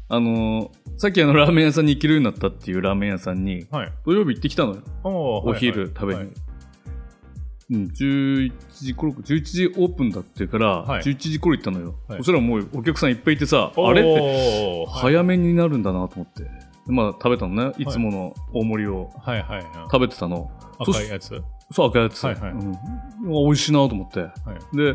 Speaker 1: のーさっきあの、ラーメン屋さんに行けるようになったっていうラーメン屋さんに、
Speaker 2: はい。
Speaker 1: 土曜日行ってきたのよ。
Speaker 2: あお
Speaker 1: お昼食べに。
Speaker 2: はい
Speaker 1: うん、11時頃、11時オープンだっていうから、
Speaker 2: はい
Speaker 1: 11時頃行ったのよ。
Speaker 2: はい
Speaker 1: そしたらもうお客さんいっぱいいてさ、
Speaker 2: おー
Speaker 1: あれって
Speaker 2: はい
Speaker 1: 早めになるんだなと思って。まあ食べたのね、いつもの大盛りを
Speaker 2: はいはいは
Speaker 1: 食べてたの。
Speaker 2: い。赤いやつ
Speaker 1: そう、赤いやつ。
Speaker 2: はいはい
Speaker 1: うんうわ美味しいなと思って。で、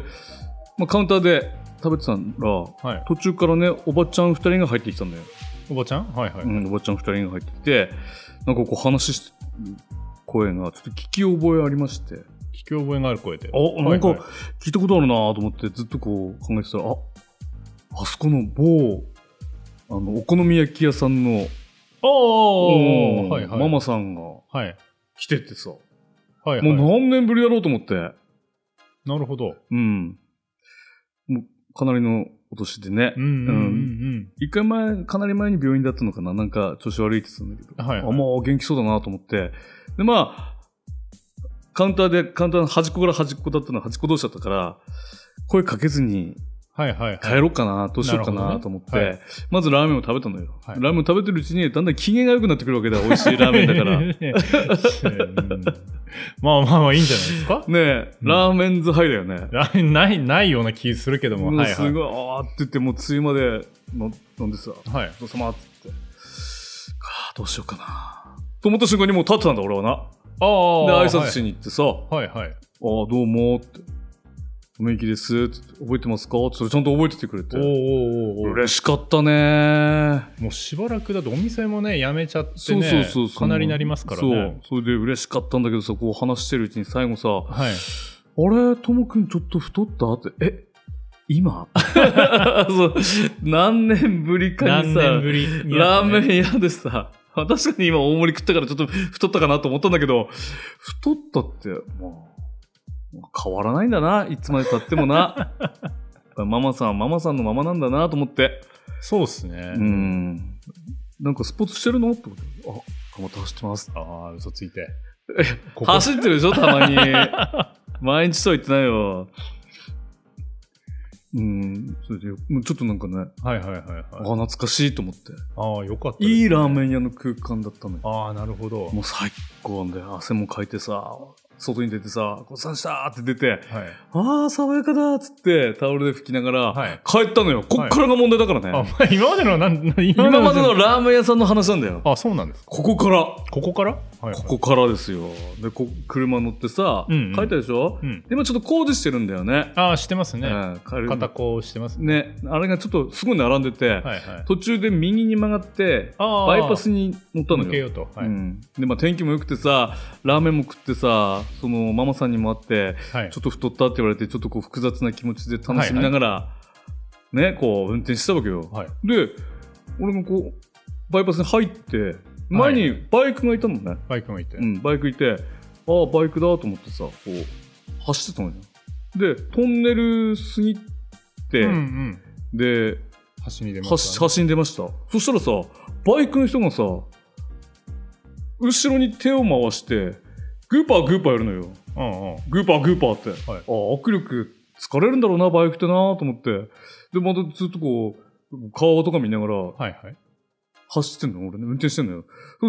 Speaker 1: まあ、カウンターで食べてたら、
Speaker 2: はい。
Speaker 1: 途中からね、おばちゃん2人が入ってきたんだよ。
Speaker 2: おばちゃんはいはい。
Speaker 1: うん、おばちゃん2人が入ってきて、なんかこう話してる声がちょっと聞き覚えありまして、
Speaker 2: 聞き覚えがある声で。
Speaker 1: おなんか
Speaker 2: はいはい
Speaker 1: 聞いたことあるなと思ってずっとこう考えてたら、ああそこの某、あの、お好み焼き屋さんの、
Speaker 2: お
Speaker 1: うん
Speaker 2: ーはいはい。
Speaker 1: ママさんが
Speaker 2: はい。
Speaker 1: 来ててさ、
Speaker 2: はい、はい。
Speaker 1: もう何年ぶりだろうと思って、
Speaker 2: なるほど。
Speaker 1: うん。もうかなりのお年でね
Speaker 2: う、んうんうん
Speaker 1: 一回前、かなり前に病院だったのかな、なんか調子悪いって言ってたんだけど、
Speaker 2: はいはい
Speaker 1: あ、もう元気そうだなと思って、で、まあ、カウンターで、カウンターの端っこから端っこだったのは端っこ同士だったから、声かけずに
Speaker 2: うん。はいはいはい。
Speaker 1: 帰ろうかな、どうしようか
Speaker 2: なるほど
Speaker 1: な
Speaker 2: ね
Speaker 1: と思って、
Speaker 2: はい
Speaker 1: まずラーメンを食べたのよ、
Speaker 2: はい
Speaker 1: ラーメンを食べてるうちにだんだん機嫌が良くなってくるわ けだよ、美味しいラーメンだから。ね
Speaker 2: うんまあまあまあいいんじゃないですか
Speaker 1: え、
Speaker 2: うん
Speaker 1: ラーメンズハイだよね。
Speaker 2: ラーメンない、ないような気するけども。
Speaker 1: もう
Speaker 2: はい
Speaker 1: す
Speaker 2: は
Speaker 1: ごい、
Speaker 2: い。
Speaker 1: あーって言って、もうついまで飲飲んでさ、
Speaker 2: はい。
Speaker 1: ごちそうさまっつって。かあ、どうしようかな。と思った瞬間にもう立ってたんだ、俺はな。
Speaker 2: ああ。
Speaker 1: で、挨拶しに行ってさ、
Speaker 2: はいは
Speaker 1: あ
Speaker 2: い。
Speaker 1: あ、どうもって。ため息ですって。覚えてますかってそれちゃんと覚えててくれ
Speaker 2: おー
Speaker 1: て。
Speaker 2: おーおーおー
Speaker 1: 嬉しかったね。
Speaker 2: もうしばらくだとお店もね、やめちゃってね、
Speaker 1: そうそうそうそう。
Speaker 2: かなりなりますからね。
Speaker 1: そう。それで嬉しかったんだけどさ、こう話してるうちに最後さ、あ
Speaker 2: はい。
Speaker 1: れ、ともくんちょっと太ったって、え、 今そう何年ぶりかに
Speaker 2: 何
Speaker 1: さ、
Speaker 2: 年ぶりに
Speaker 1: ラー
Speaker 2: ン。
Speaker 1: メン屋でさ、確かに今大盛り食ったからちょっと太ったかなと思ったんだけど、太ったって、まあ、まあ変わらないんだな、いつまで経っても な。ママさん、ママさんのままなんだなと思って。
Speaker 2: そうですね。
Speaker 1: うん。なんかスポーツしてるのって思って、あ、また走ってます。
Speaker 2: ああ、嘘ついて。ここ
Speaker 1: 走ってるでしょ、たま に。毎日とは言ってないよ。うん、それで、もうちょっとなんかね、
Speaker 2: はいはいはい
Speaker 1: あ、
Speaker 2: はい。
Speaker 1: 懐かしいと思って。
Speaker 2: ああ、よかったですね、
Speaker 1: いいラーメン屋の空間だったのよ。
Speaker 2: ああ、なるほど。
Speaker 1: もう最高なんだよ。汗もかいてさ、外に出てさ、ごちそうさんでしたーって出て、
Speaker 2: はい。
Speaker 1: ああ、爽やかだーっつって、タオルで拭きながら、
Speaker 2: はい
Speaker 1: 帰ったのよ。こっからが問題だからね。
Speaker 2: あ、まあ、今までのなん、なん
Speaker 1: 今まで
Speaker 2: じゃ
Speaker 1: のラーメン屋さんの話なんだよ。
Speaker 2: あ、そうなんです。
Speaker 1: ここから、
Speaker 2: ここから、はいはい
Speaker 1: ここからですよ。で、こ車乗ってさ、
Speaker 2: うんうん
Speaker 1: 帰ったでしょ、
Speaker 2: うん。
Speaker 1: で今ちょっと工事してるんだよね。
Speaker 2: ああ、してますね。
Speaker 1: うん帰る
Speaker 2: 片甲してますね。
Speaker 1: ね、あれがちょっとすごい並んでて、
Speaker 2: はいはい。
Speaker 1: 途中で右に曲がって、
Speaker 2: ああ、
Speaker 1: バイパスに乗ったの
Speaker 2: 抜け
Speaker 1: よ。
Speaker 2: ようと。はい。
Speaker 1: うん、で、まあ、天気も良くてさ、ラーメンも食ってさ、そのママさんにも会って、
Speaker 2: はい
Speaker 1: ちょっと太ったって言われて、ちょっとこう複雑な気持ちで楽しみながら、ね、こう運転したわけよ。
Speaker 2: はい
Speaker 1: で、俺もこう、バイパスに入って、前にバイクがいたもんね。
Speaker 2: バイクもいて。
Speaker 1: うん、バイクいて、ああ、バイクだと思ってさ、こう、走ってたのよ。で、トンネル過ぎて、
Speaker 2: うんうん
Speaker 1: で、
Speaker 2: 走り出ま
Speaker 1: は
Speaker 2: す
Speaker 1: し
Speaker 2: わね
Speaker 1: 走り出ました。そしたらさ、バイクの人がさ、後ろに手を回して、グーパーグーパーやるのよ。
Speaker 2: うんうん。
Speaker 1: グーパーグーパーって。
Speaker 2: は
Speaker 1: あ
Speaker 2: い
Speaker 1: 握力疲れるんだろうな、バイクってなと思って。で、またずっとこう、顔とか見ながら
Speaker 2: はいはい。
Speaker 1: 走ってんの、俺ね、運転してんのよ。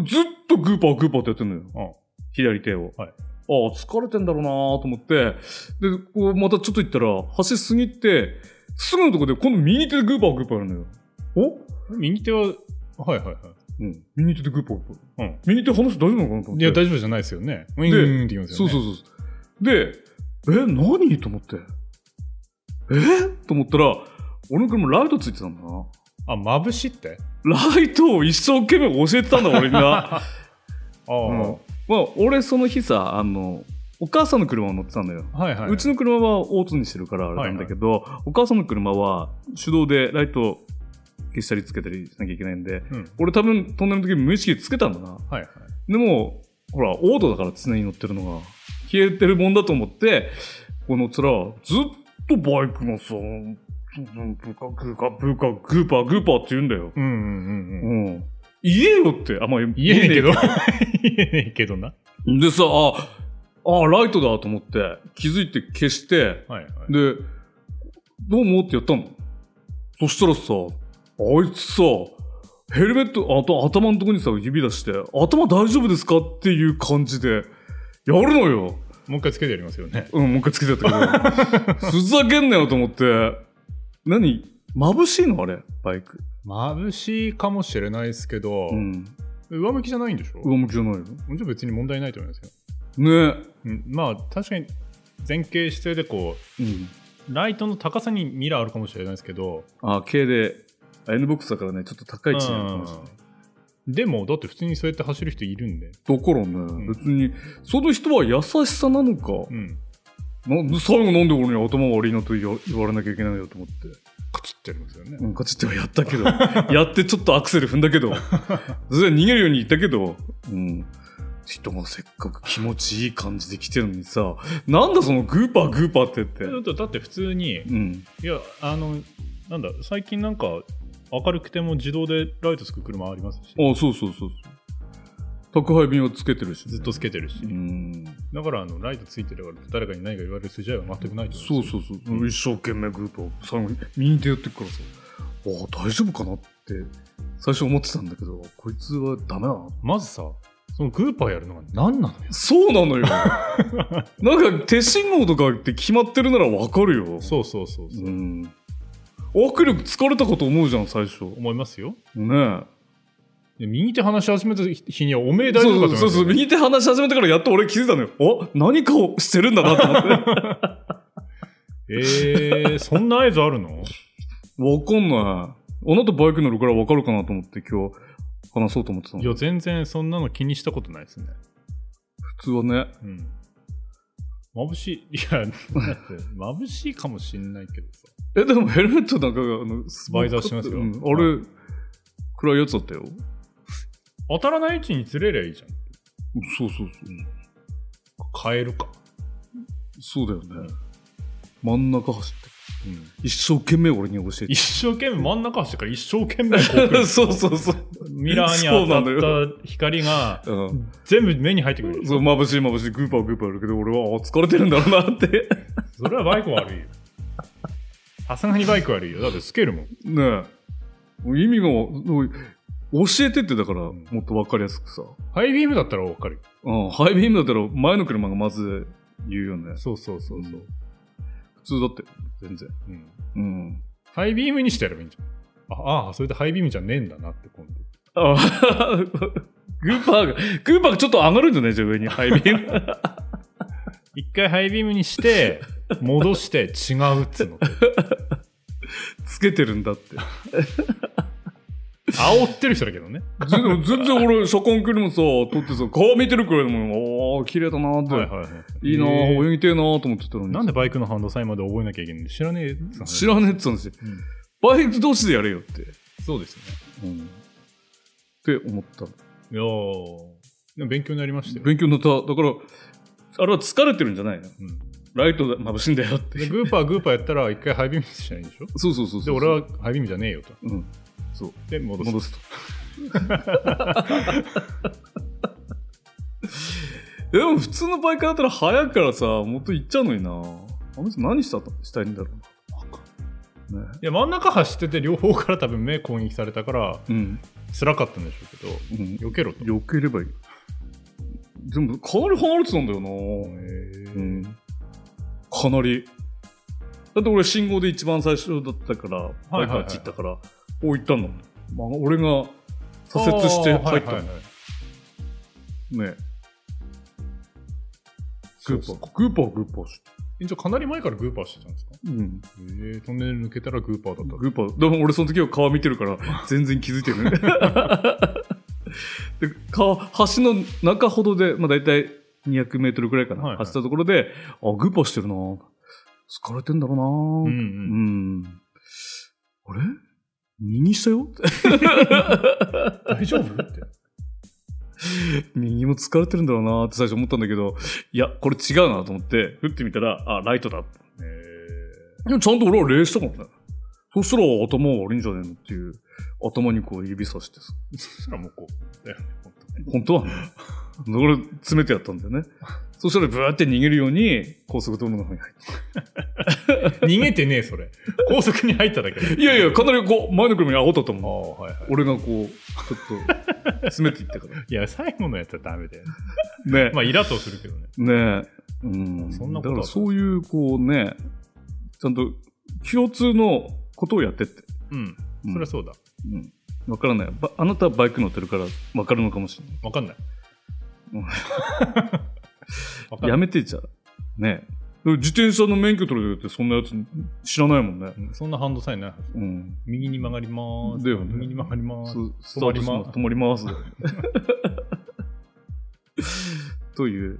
Speaker 1: ずっとグーパーグーパーってやってんのよ。
Speaker 2: うん
Speaker 1: 左手を。
Speaker 2: はい
Speaker 1: ああ、疲れてんだろうなと思って。で、こう、またちょっと行ったら、走りすぎて、すぐのとこで、今度右手でグーパーグーパーやるのよ。お
Speaker 2: 右手は、はいはいは
Speaker 1: うん。右手でグーパーグーパー。
Speaker 2: うん。
Speaker 1: 右手話大丈夫なのかなと思っ
Speaker 2: い。
Speaker 1: て。
Speaker 2: いや、大丈夫じゃないですよね。ウィンウィンウィンって言います
Speaker 1: そ
Speaker 2: よ
Speaker 1: う
Speaker 2: ね。
Speaker 1: そううそうそう。で、え、何と思って。えと思ったら、俺の車ライトついてたんだな。
Speaker 2: そう。あ、眩しいって
Speaker 1: ライトを一生懸命教えてたんだ、俺に な。
Speaker 2: ああ、
Speaker 1: うんまあ、俺その日さ、あの、お母さんの車を乗ってたんだよ。
Speaker 2: はいはい。
Speaker 1: うちの車はオートにしてるからあれなんだけど、お母さんの車は手動でライトを消したりつけたりしなきゃいけないんで、
Speaker 2: うん。
Speaker 1: 俺多分トンネルの時無意識でつけたんだな。
Speaker 2: はいはい。
Speaker 1: でも、ほら、オートだから常に乗ってるのが、消えてるもんだと思って、このつら、ずっとバイクがさ、ブカブカブカグーパーグーパーって言うんだよ。
Speaker 2: うんうんう
Speaker 1: う
Speaker 2: んうん。
Speaker 1: ん。言えよって、あ、まあ、
Speaker 2: 言えねえけど。 言えねえけどな。
Speaker 1: 言えねえ。でさ、あ、あ、ライトだと思って、気づいて消して、
Speaker 2: はいはい。
Speaker 1: で、どうもってやったの。そしたらさ、あいつさ、ヘルメット、あと頭のとこにさ、指出して、頭大丈夫ですかっていう感じで、やるのよ。
Speaker 2: もう一回つけてやりますよね。
Speaker 1: うん、もう一回つけてや ったけど。ふざけんなよと思って。何眩しいのあれ、バイク。
Speaker 2: 眩しいかもしれないですけど、
Speaker 1: うん。
Speaker 2: 上向きじゃないんでしょ
Speaker 1: 上向きじゃないよ。
Speaker 2: もちろん別に問題ないと思いますよ。
Speaker 1: ね
Speaker 2: うん、まあ確かに前傾姿勢でこ
Speaker 1: うん。
Speaker 2: うライトの高さにミラーあるかもしれないですけど、
Speaker 1: あ、K で、あ N ボックスだからね、ちょっと高い位置にあるかもしれない。
Speaker 2: でもだって普通にそうやって走る人いるん
Speaker 1: だ
Speaker 2: で、
Speaker 1: からね、
Speaker 2: ん
Speaker 1: 別に、その人は優しさなのか
Speaker 2: う、ん、
Speaker 1: な最後なんで俺に頭悪いなと言わ言われなきゃいけないんだと思って。
Speaker 2: カチッてやりますよね。
Speaker 1: うん、カチッてはやった けど、やってちょっとアクセル踏んだけど、それは逃げるように言ったけど、うん。人がせっかく気持ちいい感じで来てるのにさ、なんだそのグーパーグーパーってって。
Speaker 2: だってだって普通に、
Speaker 1: うん。
Speaker 2: いや、あの、なんだ、最近なんか明るくても自動でライトつく車ありますし、
Speaker 1: あそうそうそうそう。宅配便をつけてるし、
Speaker 2: ずっとつけてるし、
Speaker 1: うん。
Speaker 2: だからあのライトついてるから誰かに何か言われる筋合いは全くないと思
Speaker 1: そう
Speaker 2: う。
Speaker 1: そうそう。一生懸命グーパー、最後に右手やってくからさ、ああ、大丈夫かなって最初思ってたんだけど、こいつはダメだな
Speaker 2: まずさ、そのグーパーやるのが何なのよ。
Speaker 1: そうなの よ。なんか手信号とかって決まってるならわかるよ。
Speaker 2: そうそうそうそう、
Speaker 1: うん。握力疲れたかと思うじゃん、最初。ね
Speaker 2: 思いますよ。
Speaker 1: え。
Speaker 2: で右手話し始めた日にはおめえ大丈夫かと思いました
Speaker 1: そうそうそう、右手話し始めてからやっと俺気づいたのよ。お何かをしてるんだなと思 って。
Speaker 2: えー、そんな合図あるの
Speaker 1: わかんない。あなたバイク乗るからわかるかなと思って今日話そうと思ってたの。
Speaker 2: いや、全然そんなの気にしたことないですね。
Speaker 1: 普通はね。
Speaker 2: うん。眩しい。いや、だって眩しいかもしんないけどさ。
Speaker 1: え、でもヘルメットなんかが、あの、
Speaker 2: バイザーしてますよ
Speaker 1: うんあれ、暗いやつだったよ。
Speaker 2: 当たらない位置に釣れりゃいいじゃん。
Speaker 1: そうそうそう。
Speaker 2: 変えるか。
Speaker 1: そうだよ
Speaker 2: うん
Speaker 1: ね。真ん中走って。
Speaker 2: うん。
Speaker 1: 一生懸命俺に教えて。
Speaker 2: 一生懸命真ん中走ってから一生懸命こう来る
Speaker 1: そうそうそう。
Speaker 2: ミラーに
Speaker 1: そうなの
Speaker 2: 当たった光が
Speaker 1: うん。
Speaker 2: 全部目に入ってくる。
Speaker 1: そう、眩しい眩しい、グーパーグーパーやるけど、俺は、あ疲れてるんだろうなって。
Speaker 2: それはバイク悪いよ。さすがにバイク悪いよ。だってスケールもん。
Speaker 1: ねえ。もう意味が、もう教えてってだから、
Speaker 2: ん
Speaker 1: もっとわかりやすくさ。
Speaker 2: ハイビームだったらわかるよ。
Speaker 1: うん、ハイビームだったら前の車がまず言うよね。
Speaker 2: そうそうそうそう。
Speaker 1: 普通だって、全然。
Speaker 2: うん。
Speaker 1: うん。
Speaker 2: ハイビームにしてやればいいんじゃん。ああ、それでハイビームじゃねえんだなって今度。
Speaker 1: あグーパ ーが、グーパーがちょっと上がるんじゃないじゃあ上に、ハイビーム。
Speaker 2: 一回ハイビームにして、戻して違うっつうの。
Speaker 1: つけてるんだって。
Speaker 2: 煽ってる人だけどね。
Speaker 1: 全然、全然俺、車間距離もさ、撮ってさ、顔見てるくらいでもん、おー、綺麗だなーって。い、
Speaker 2: はい
Speaker 1: な
Speaker 2: へ
Speaker 1: ー、泳
Speaker 2: え
Speaker 1: ぎてーなーと思ってたのに。
Speaker 2: なんでバイクのハンドサインまで覚えなきゃいけないの知らねえっつうの
Speaker 1: 知らねえって言ったんですよ。
Speaker 2: うん
Speaker 1: バイク同士でやれよって。
Speaker 2: そうですね。
Speaker 1: うん。って思った。
Speaker 2: いやーでも勉強になりましたよ。
Speaker 1: 勉強になった。だから、あれは疲れてるんじゃないの
Speaker 2: うん
Speaker 1: ライトが眩しいんだよっ
Speaker 2: で
Speaker 1: て。
Speaker 2: グーパーグーパーやったら一回ハイビームにしないでしょ
Speaker 1: そうそうそう
Speaker 2: で、
Speaker 1: そう。
Speaker 2: 俺はハイビームじゃねえよと。
Speaker 1: うん、
Speaker 2: で、戻す。
Speaker 1: 戻すと。 でも普通のバイクだったら早いからさ、元行っちゃうのにな。あの人何したとしたいんだろうな。ね、
Speaker 2: いや、真ん中走ってて両方から多分目攻撃されたから
Speaker 1: うん、
Speaker 2: 辛かったんでしょうけど、
Speaker 1: うん。
Speaker 2: 避けろと。
Speaker 1: よければいい。でもかなり離れてたんだよな。うん。かなり。だって俺信号で一番最初だったから、バイクあっち行ったから、こう行ったの。まあ、俺が左折して入ったの。
Speaker 2: あーはいはいはい
Speaker 1: ね
Speaker 2: そ
Speaker 1: グ
Speaker 2: う
Speaker 1: ー
Speaker 2: そ
Speaker 1: パー、
Speaker 2: う
Speaker 1: グーパー、グーパーして。
Speaker 2: えじゃあかなり前からグーパーしてたんですか
Speaker 1: うん。
Speaker 2: えー、トンネル抜けたらグーパーだった。
Speaker 1: グーパー。でも俺その時は川見てる から、全然気づいてるね。 で、川、橋の中ほどで、まあ大体200メートルくらいかな。
Speaker 2: はいはい
Speaker 1: 走ったところで、あ、グーパーしてるな疲れてんだろうな
Speaker 2: う
Speaker 1: う
Speaker 2: んう。
Speaker 1: んん。あれ右下よ
Speaker 2: 大丈夫って。
Speaker 1: 右も疲れてるんだろうなって最初思ったんだけど、いや、これ違うなと思って、打ってみたら、あ、ライトだ。
Speaker 2: え
Speaker 1: でもちゃんと俺は礼したからね。そしたら頭悪いんじゃねえのっていう、頭にこう指さしてさ。
Speaker 2: ー、そしたらもうこう。だよねほ
Speaker 1: 本
Speaker 2: んとね
Speaker 1: 当はね。だから詰めてやったんだよね。そしたらブワーって逃げるように高速道路の方に入って。
Speaker 2: 逃げてねえ、それ。高速に入っただけで。
Speaker 1: いやいや、かなりこう、前の車に煽ったと
Speaker 2: あ
Speaker 1: 思う。
Speaker 2: あ、はいはい。
Speaker 1: 俺がこう、ちょっと詰めていったから。
Speaker 2: いや、最後のやつはダメだよ。
Speaker 1: ね。
Speaker 2: まあ、イラッとするけどね。
Speaker 1: ねえ。うん。
Speaker 2: そん
Speaker 1: だ
Speaker 2: なことある
Speaker 1: からそういう、こうね、ちゃんと共通のことをやってって。
Speaker 2: うん。
Speaker 1: うん
Speaker 2: そりゃそうだ。
Speaker 1: うん。わからない。ばあなたはバイク乗ってるからわかるのかもしれない。
Speaker 2: わかんない
Speaker 1: うん。
Speaker 2: わかんな
Speaker 1: や
Speaker 2: い。
Speaker 1: めてじゃあ。ねえ。でも自転車の免許取れてるってそんなやつ知らないもんね。
Speaker 2: うんそんなハンドサインないはず。
Speaker 1: うん。
Speaker 2: 右に曲がりまーす。
Speaker 1: だよね
Speaker 2: 右に曲がりまーす。
Speaker 1: そうス
Speaker 2: 止
Speaker 1: タ
Speaker 2: ま
Speaker 1: ー
Speaker 2: り
Speaker 1: トしま
Speaker 2: ます
Speaker 1: す。止まります。 という。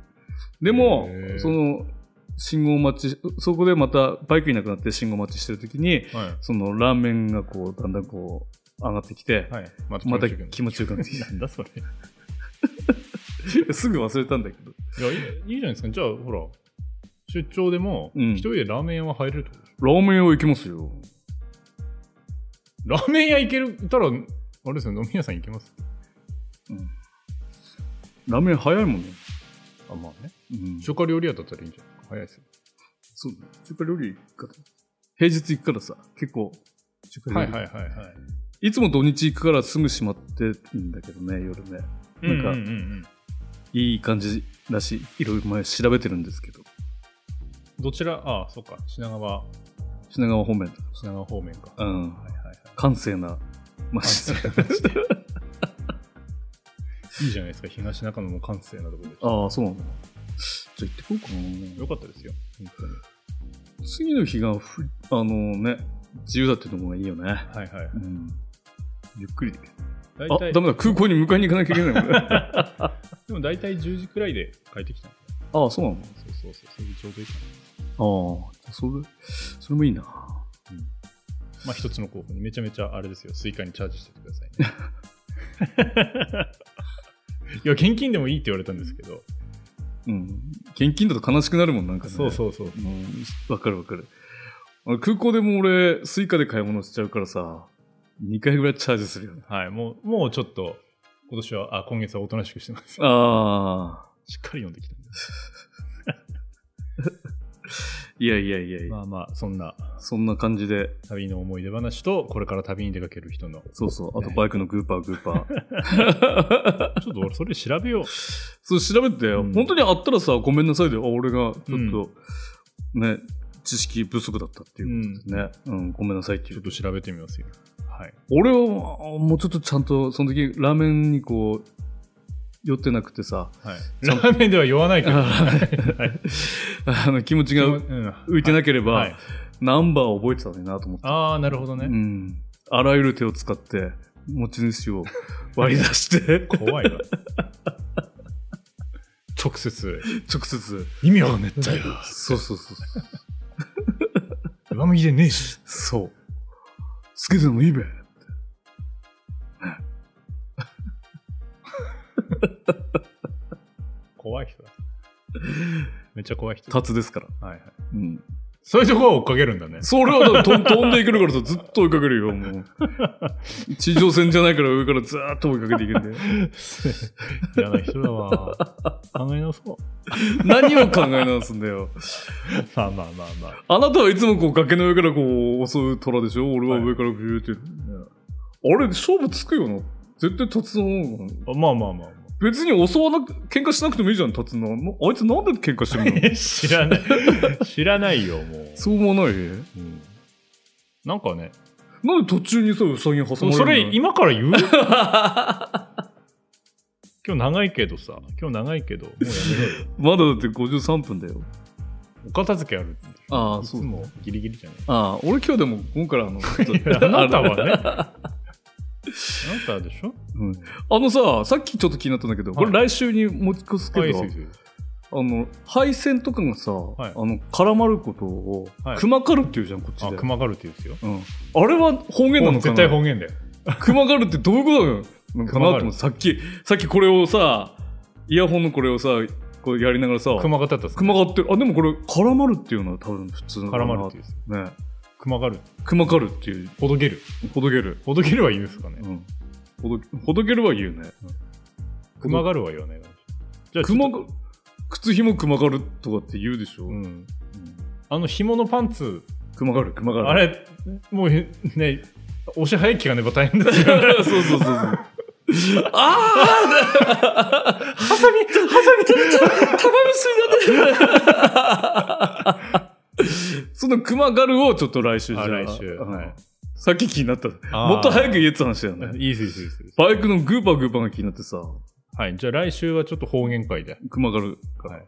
Speaker 1: でも
Speaker 2: へ、ー
Speaker 1: その、信号待ち、そこでまたバイクいなくなって信号待ちしてるときに、
Speaker 2: はい。
Speaker 1: そのラーメンがこう、だんだんこう、上がってきて、
Speaker 2: はい。また
Speaker 1: また
Speaker 2: 来て
Speaker 1: 気持ちよくなってき
Speaker 2: くるなんだそれ。い
Speaker 1: て、すぐ忘れた んだけど。
Speaker 2: や、いいいいじゃないですか。じゃあ、ほら、出張でも、
Speaker 1: うん
Speaker 2: 一人でラーメン屋は入れるってことでしょ
Speaker 1: ラーメン屋行きますよ。
Speaker 2: ラーメン屋行けるたら、あれですよ、飲み屋さん行けます。
Speaker 1: ラーメン早いもんね。
Speaker 2: あ、まあね。
Speaker 1: うん。
Speaker 2: 中華料理屋だったらいいんじゃない早いですよ。
Speaker 1: そう中華料理行くから。平日行くからさ、結構、中華料
Speaker 2: は
Speaker 1: 理。
Speaker 2: いはいはいはい。
Speaker 1: いつも土日行くからすぐ閉まってんだけどね、夜ね。なんか
Speaker 2: うんうんうんうん
Speaker 1: いい感じだし、いろいろ前調べてるんですけど、
Speaker 2: どちら、ああ、そっか、品川、
Speaker 1: 品川方面とか。
Speaker 2: 品川方面か。
Speaker 1: うん。
Speaker 2: はいはいはい。
Speaker 1: 閑静な、まあ、失礼な話で
Speaker 2: いいじゃないですか、東中野も閑静なところで。
Speaker 1: ああ、そうなんだ。じゃあ行ってこようか
Speaker 2: よ
Speaker 1: な。
Speaker 2: かったですよ、本当に。
Speaker 1: 次の日がふ、あのね、自由だってところがいいよね。
Speaker 2: はいは
Speaker 1: うん。ゆっくりできる。
Speaker 2: い。
Speaker 1: あダ
Speaker 2: 大、体、
Speaker 1: メだ、空港に迎えに行かなきゃいけないもんね。
Speaker 2: でも大体10時くらいで帰ってきたんですよ
Speaker 1: ああ、そうなの
Speaker 2: そうそうそう、それでちょうどいいかな。
Speaker 1: ああ、それ、それもいいな。
Speaker 2: まあ一つの候補にめちゃめちゃあれですよ、スイカにチャージしててくださいね。 いや、現金でもいいって言われたんですけど、
Speaker 1: うん。現金だと悲しくなるもん、なんかね。
Speaker 2: そうそうそう。
Speaker 1: うん。わかるわかる。あの空港でも俺、スイカで買い物しちゃうからさ、2回ぐらいチャージするよね。
Speaker 2: はい、もう、もうちょっと、今年は、あ、今月はおとなしくしてます。
Speaker 1: ああ。
Speaker 2: しっかり読んできたんです。
Speaker 1: いやいやいやいや、
Speaker 2: まあまあ、そんな
Speaker 1: そんな感じで、
Speaker 2: 旅の思い出話と、これから旅に出かける人の。
Speaker 1: そうそう。あと
Speaker 2: ね
Speaker 1: バイクのグーパーグー パー。
Speaker 2: ちょっと俺、それ調べよう。
Speaker 1: そう調べて、
Speaker 2: うん
Speaker 1: 本当にあったらさ、ごめんなさいで、あ俺がちょっと、ね、知識不足だったっていうことでね、うん、ごめんなさいってい
Speaker 2: ちょっ
Speaker 1: う。
Speaker 2: と調べてみますよ。はい。
Speaker 1: 俺はもうちょっとちゃんと、その時ラーメンにこう、酔ってなくてさ、
Speaker 2: はい、ラーメンでは言わないけど。はい
Speaker 1: あの気持ちが
Speaker 2: うん
Speaker 1: 浮いてなければ、
Speaker 2: はい
Speaker 1: ナンバーを覚えてたのになと思って、
Speaker 2: ああ、なるほどね。
Speaker 1: うん、あらゆる手を使って、持ち主 を割り出して、
Speaker 2: 怖 いわ。直接、
Speaker 1: 直接、
Speaker 2: 意味わかんねえんだよ。
Speaker 1: そうそうそう。
Speaker 2: 上向きでねえし。
Speaker 1: そう。つけてもいいべ。
Speaker 2: 怖い人だ。めっちゃ怖い人だ。
Speaker 1: 達ですから。
Speaker 2: はいはい、
Speaker 1: うん。
Speaker 2: そういうとこは追っかけるんだね。
Speaker 1: それはだ からと飛んでいけるからさ、ずっと追いかけるよ、もう。地上戦じゃないから上からずーっと追いかけていけるんで。
Speaker 2: 嫌な人だ わ。考え直そう。
Speaker 1: 何を考え直すんだよ。
Speaker 2: まあまあまあまあ。
Speaker 1: あなたはいつもこう崖の上からこう襲う虎でしょ俺は上からビューって。あれ、勝負つくよな。絶対立つの。
Speaker 2: あまあまあまあま
Speaker 1: 別に襲わなく、喧嘩しなくてもいいじゃん、立つの。なあいつなんで喧嘩してるの
Speaker 2: あ。 知らない。知らないよ、もう。
Speaker 1: そう思わない
Speaker 2: うんなんかね、
Speaker 1: なんで途中にさ、ウサギに挟
Speaker 2: そ
Speaker 1: まれるの
Speaker 2: それ今から言う 今日長いけどさ、今日長いけど、もうやめろよ。
Speaker 1: まだだって53分だよ。
Speaker 2: お片付けあるって
Speaker 1: ああ、
Speaker 2: いつ
Speaker 1: そう。
Speaker 2: もギリギリじゃない
Speaker 1: ああ、俺今日でも、今回 あの、ちょっと
Speaker 2: あなたはね。あなたでしょ
Speaker 1: うんあのさ、さっきちょっと気になったんだけど、
Speaker 2: はい
Speaker 1: これ来週に持ち越すけ
Speaker 2: はい、
Speaker 1: ど、
Speaker 2: そうそう
Speaker 1: あの、配線とかがさ、あ
Speaker 2: い
Speaker 1: の、絡まることを
Speaker 2: は、い
Speaker 1: 熊かるっていうじゃん、こっち
Speaker 2: そうあ、
Speaker 1: で。
Speaker 2: 熊狩るって言うんですよ。
Speaker 1: うんあれは方言なのか
Speaker 2: 絶対
Speaker 1: な
Speaker 2: 方言だよ。
Speaker 1: 熊かるってどういうことなのかな
Speaker 2: 熊
Speaker 1: と
Speaker 2: 狩る
Speaker 1: 思って、さっき、さっきこれをさ、イヤホンのこれをさ、こうやりながらさ、
Speaker 2: 熊形だったっすね
Speaker 1: 熊がってる。あ、でもこれ、絡まるっていうのは多分普通なのかな
Speaker 2: 絡まるって言うんですよ。
Speaker 1: ね。
Speaker 2: 熊狩る。
Speaker 1: 熊かるっていう、
Speaker 2: ほどける。
Speaker 1: ほどける。
Speaker 2: ほどけるは言うんですかね。
Speaker 1: うん。ほどほどけるは言うね。
Speaker 2: 熊狩るは言わないかもしれない。じゃあちょ
Speaker 1: 熊
Speaker 2: っと、
Speaker 1: が靴ひも熊がるとかって言うでしょ、
Speaker 2: うん。あの紐のパンツ、
Speaker 1: 熊がる熊がる
Speaker 2: あれ、もうへね、押し早い気がねば大変ですよ。
Speaker 1: そうそうそうそうああハサミハサミ取れちゃった玉結びだってその熊がるをちょっと来週じゃあ
Speaker 2: あ来週
Speaker 1: うん
Speaker 2: はい
Speaker 1: さっき気になった
Speaker 2: あー
Speaker 1: もっと早く言えって話だよね
Speaker 2: いいです、いいですいいです、いいです。
Speaker 1: バイクのグーパーグーパーが気になってさ
Speaker 2: はい、じゃあ来週はちょっと方言会で
Speaker 1: 熊がるから、
Speaker 2: はい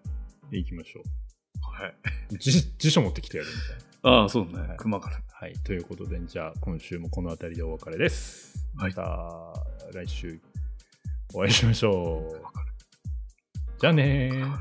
Speaker 2: 行きましょう。
Speaker 1: はい。
Speaker 2: 辞辞書持ってきてやるみたいな。
Speaker 1: ああそうね、
Speaker 2: はい
Speaker 1: 熊がる
Speaker 2: はい、ということで、じゃあ今週もこの辺りでお別れです。
Speaker 1: はい
Speaker 2: また来週お会いしましょう。じゃあねー。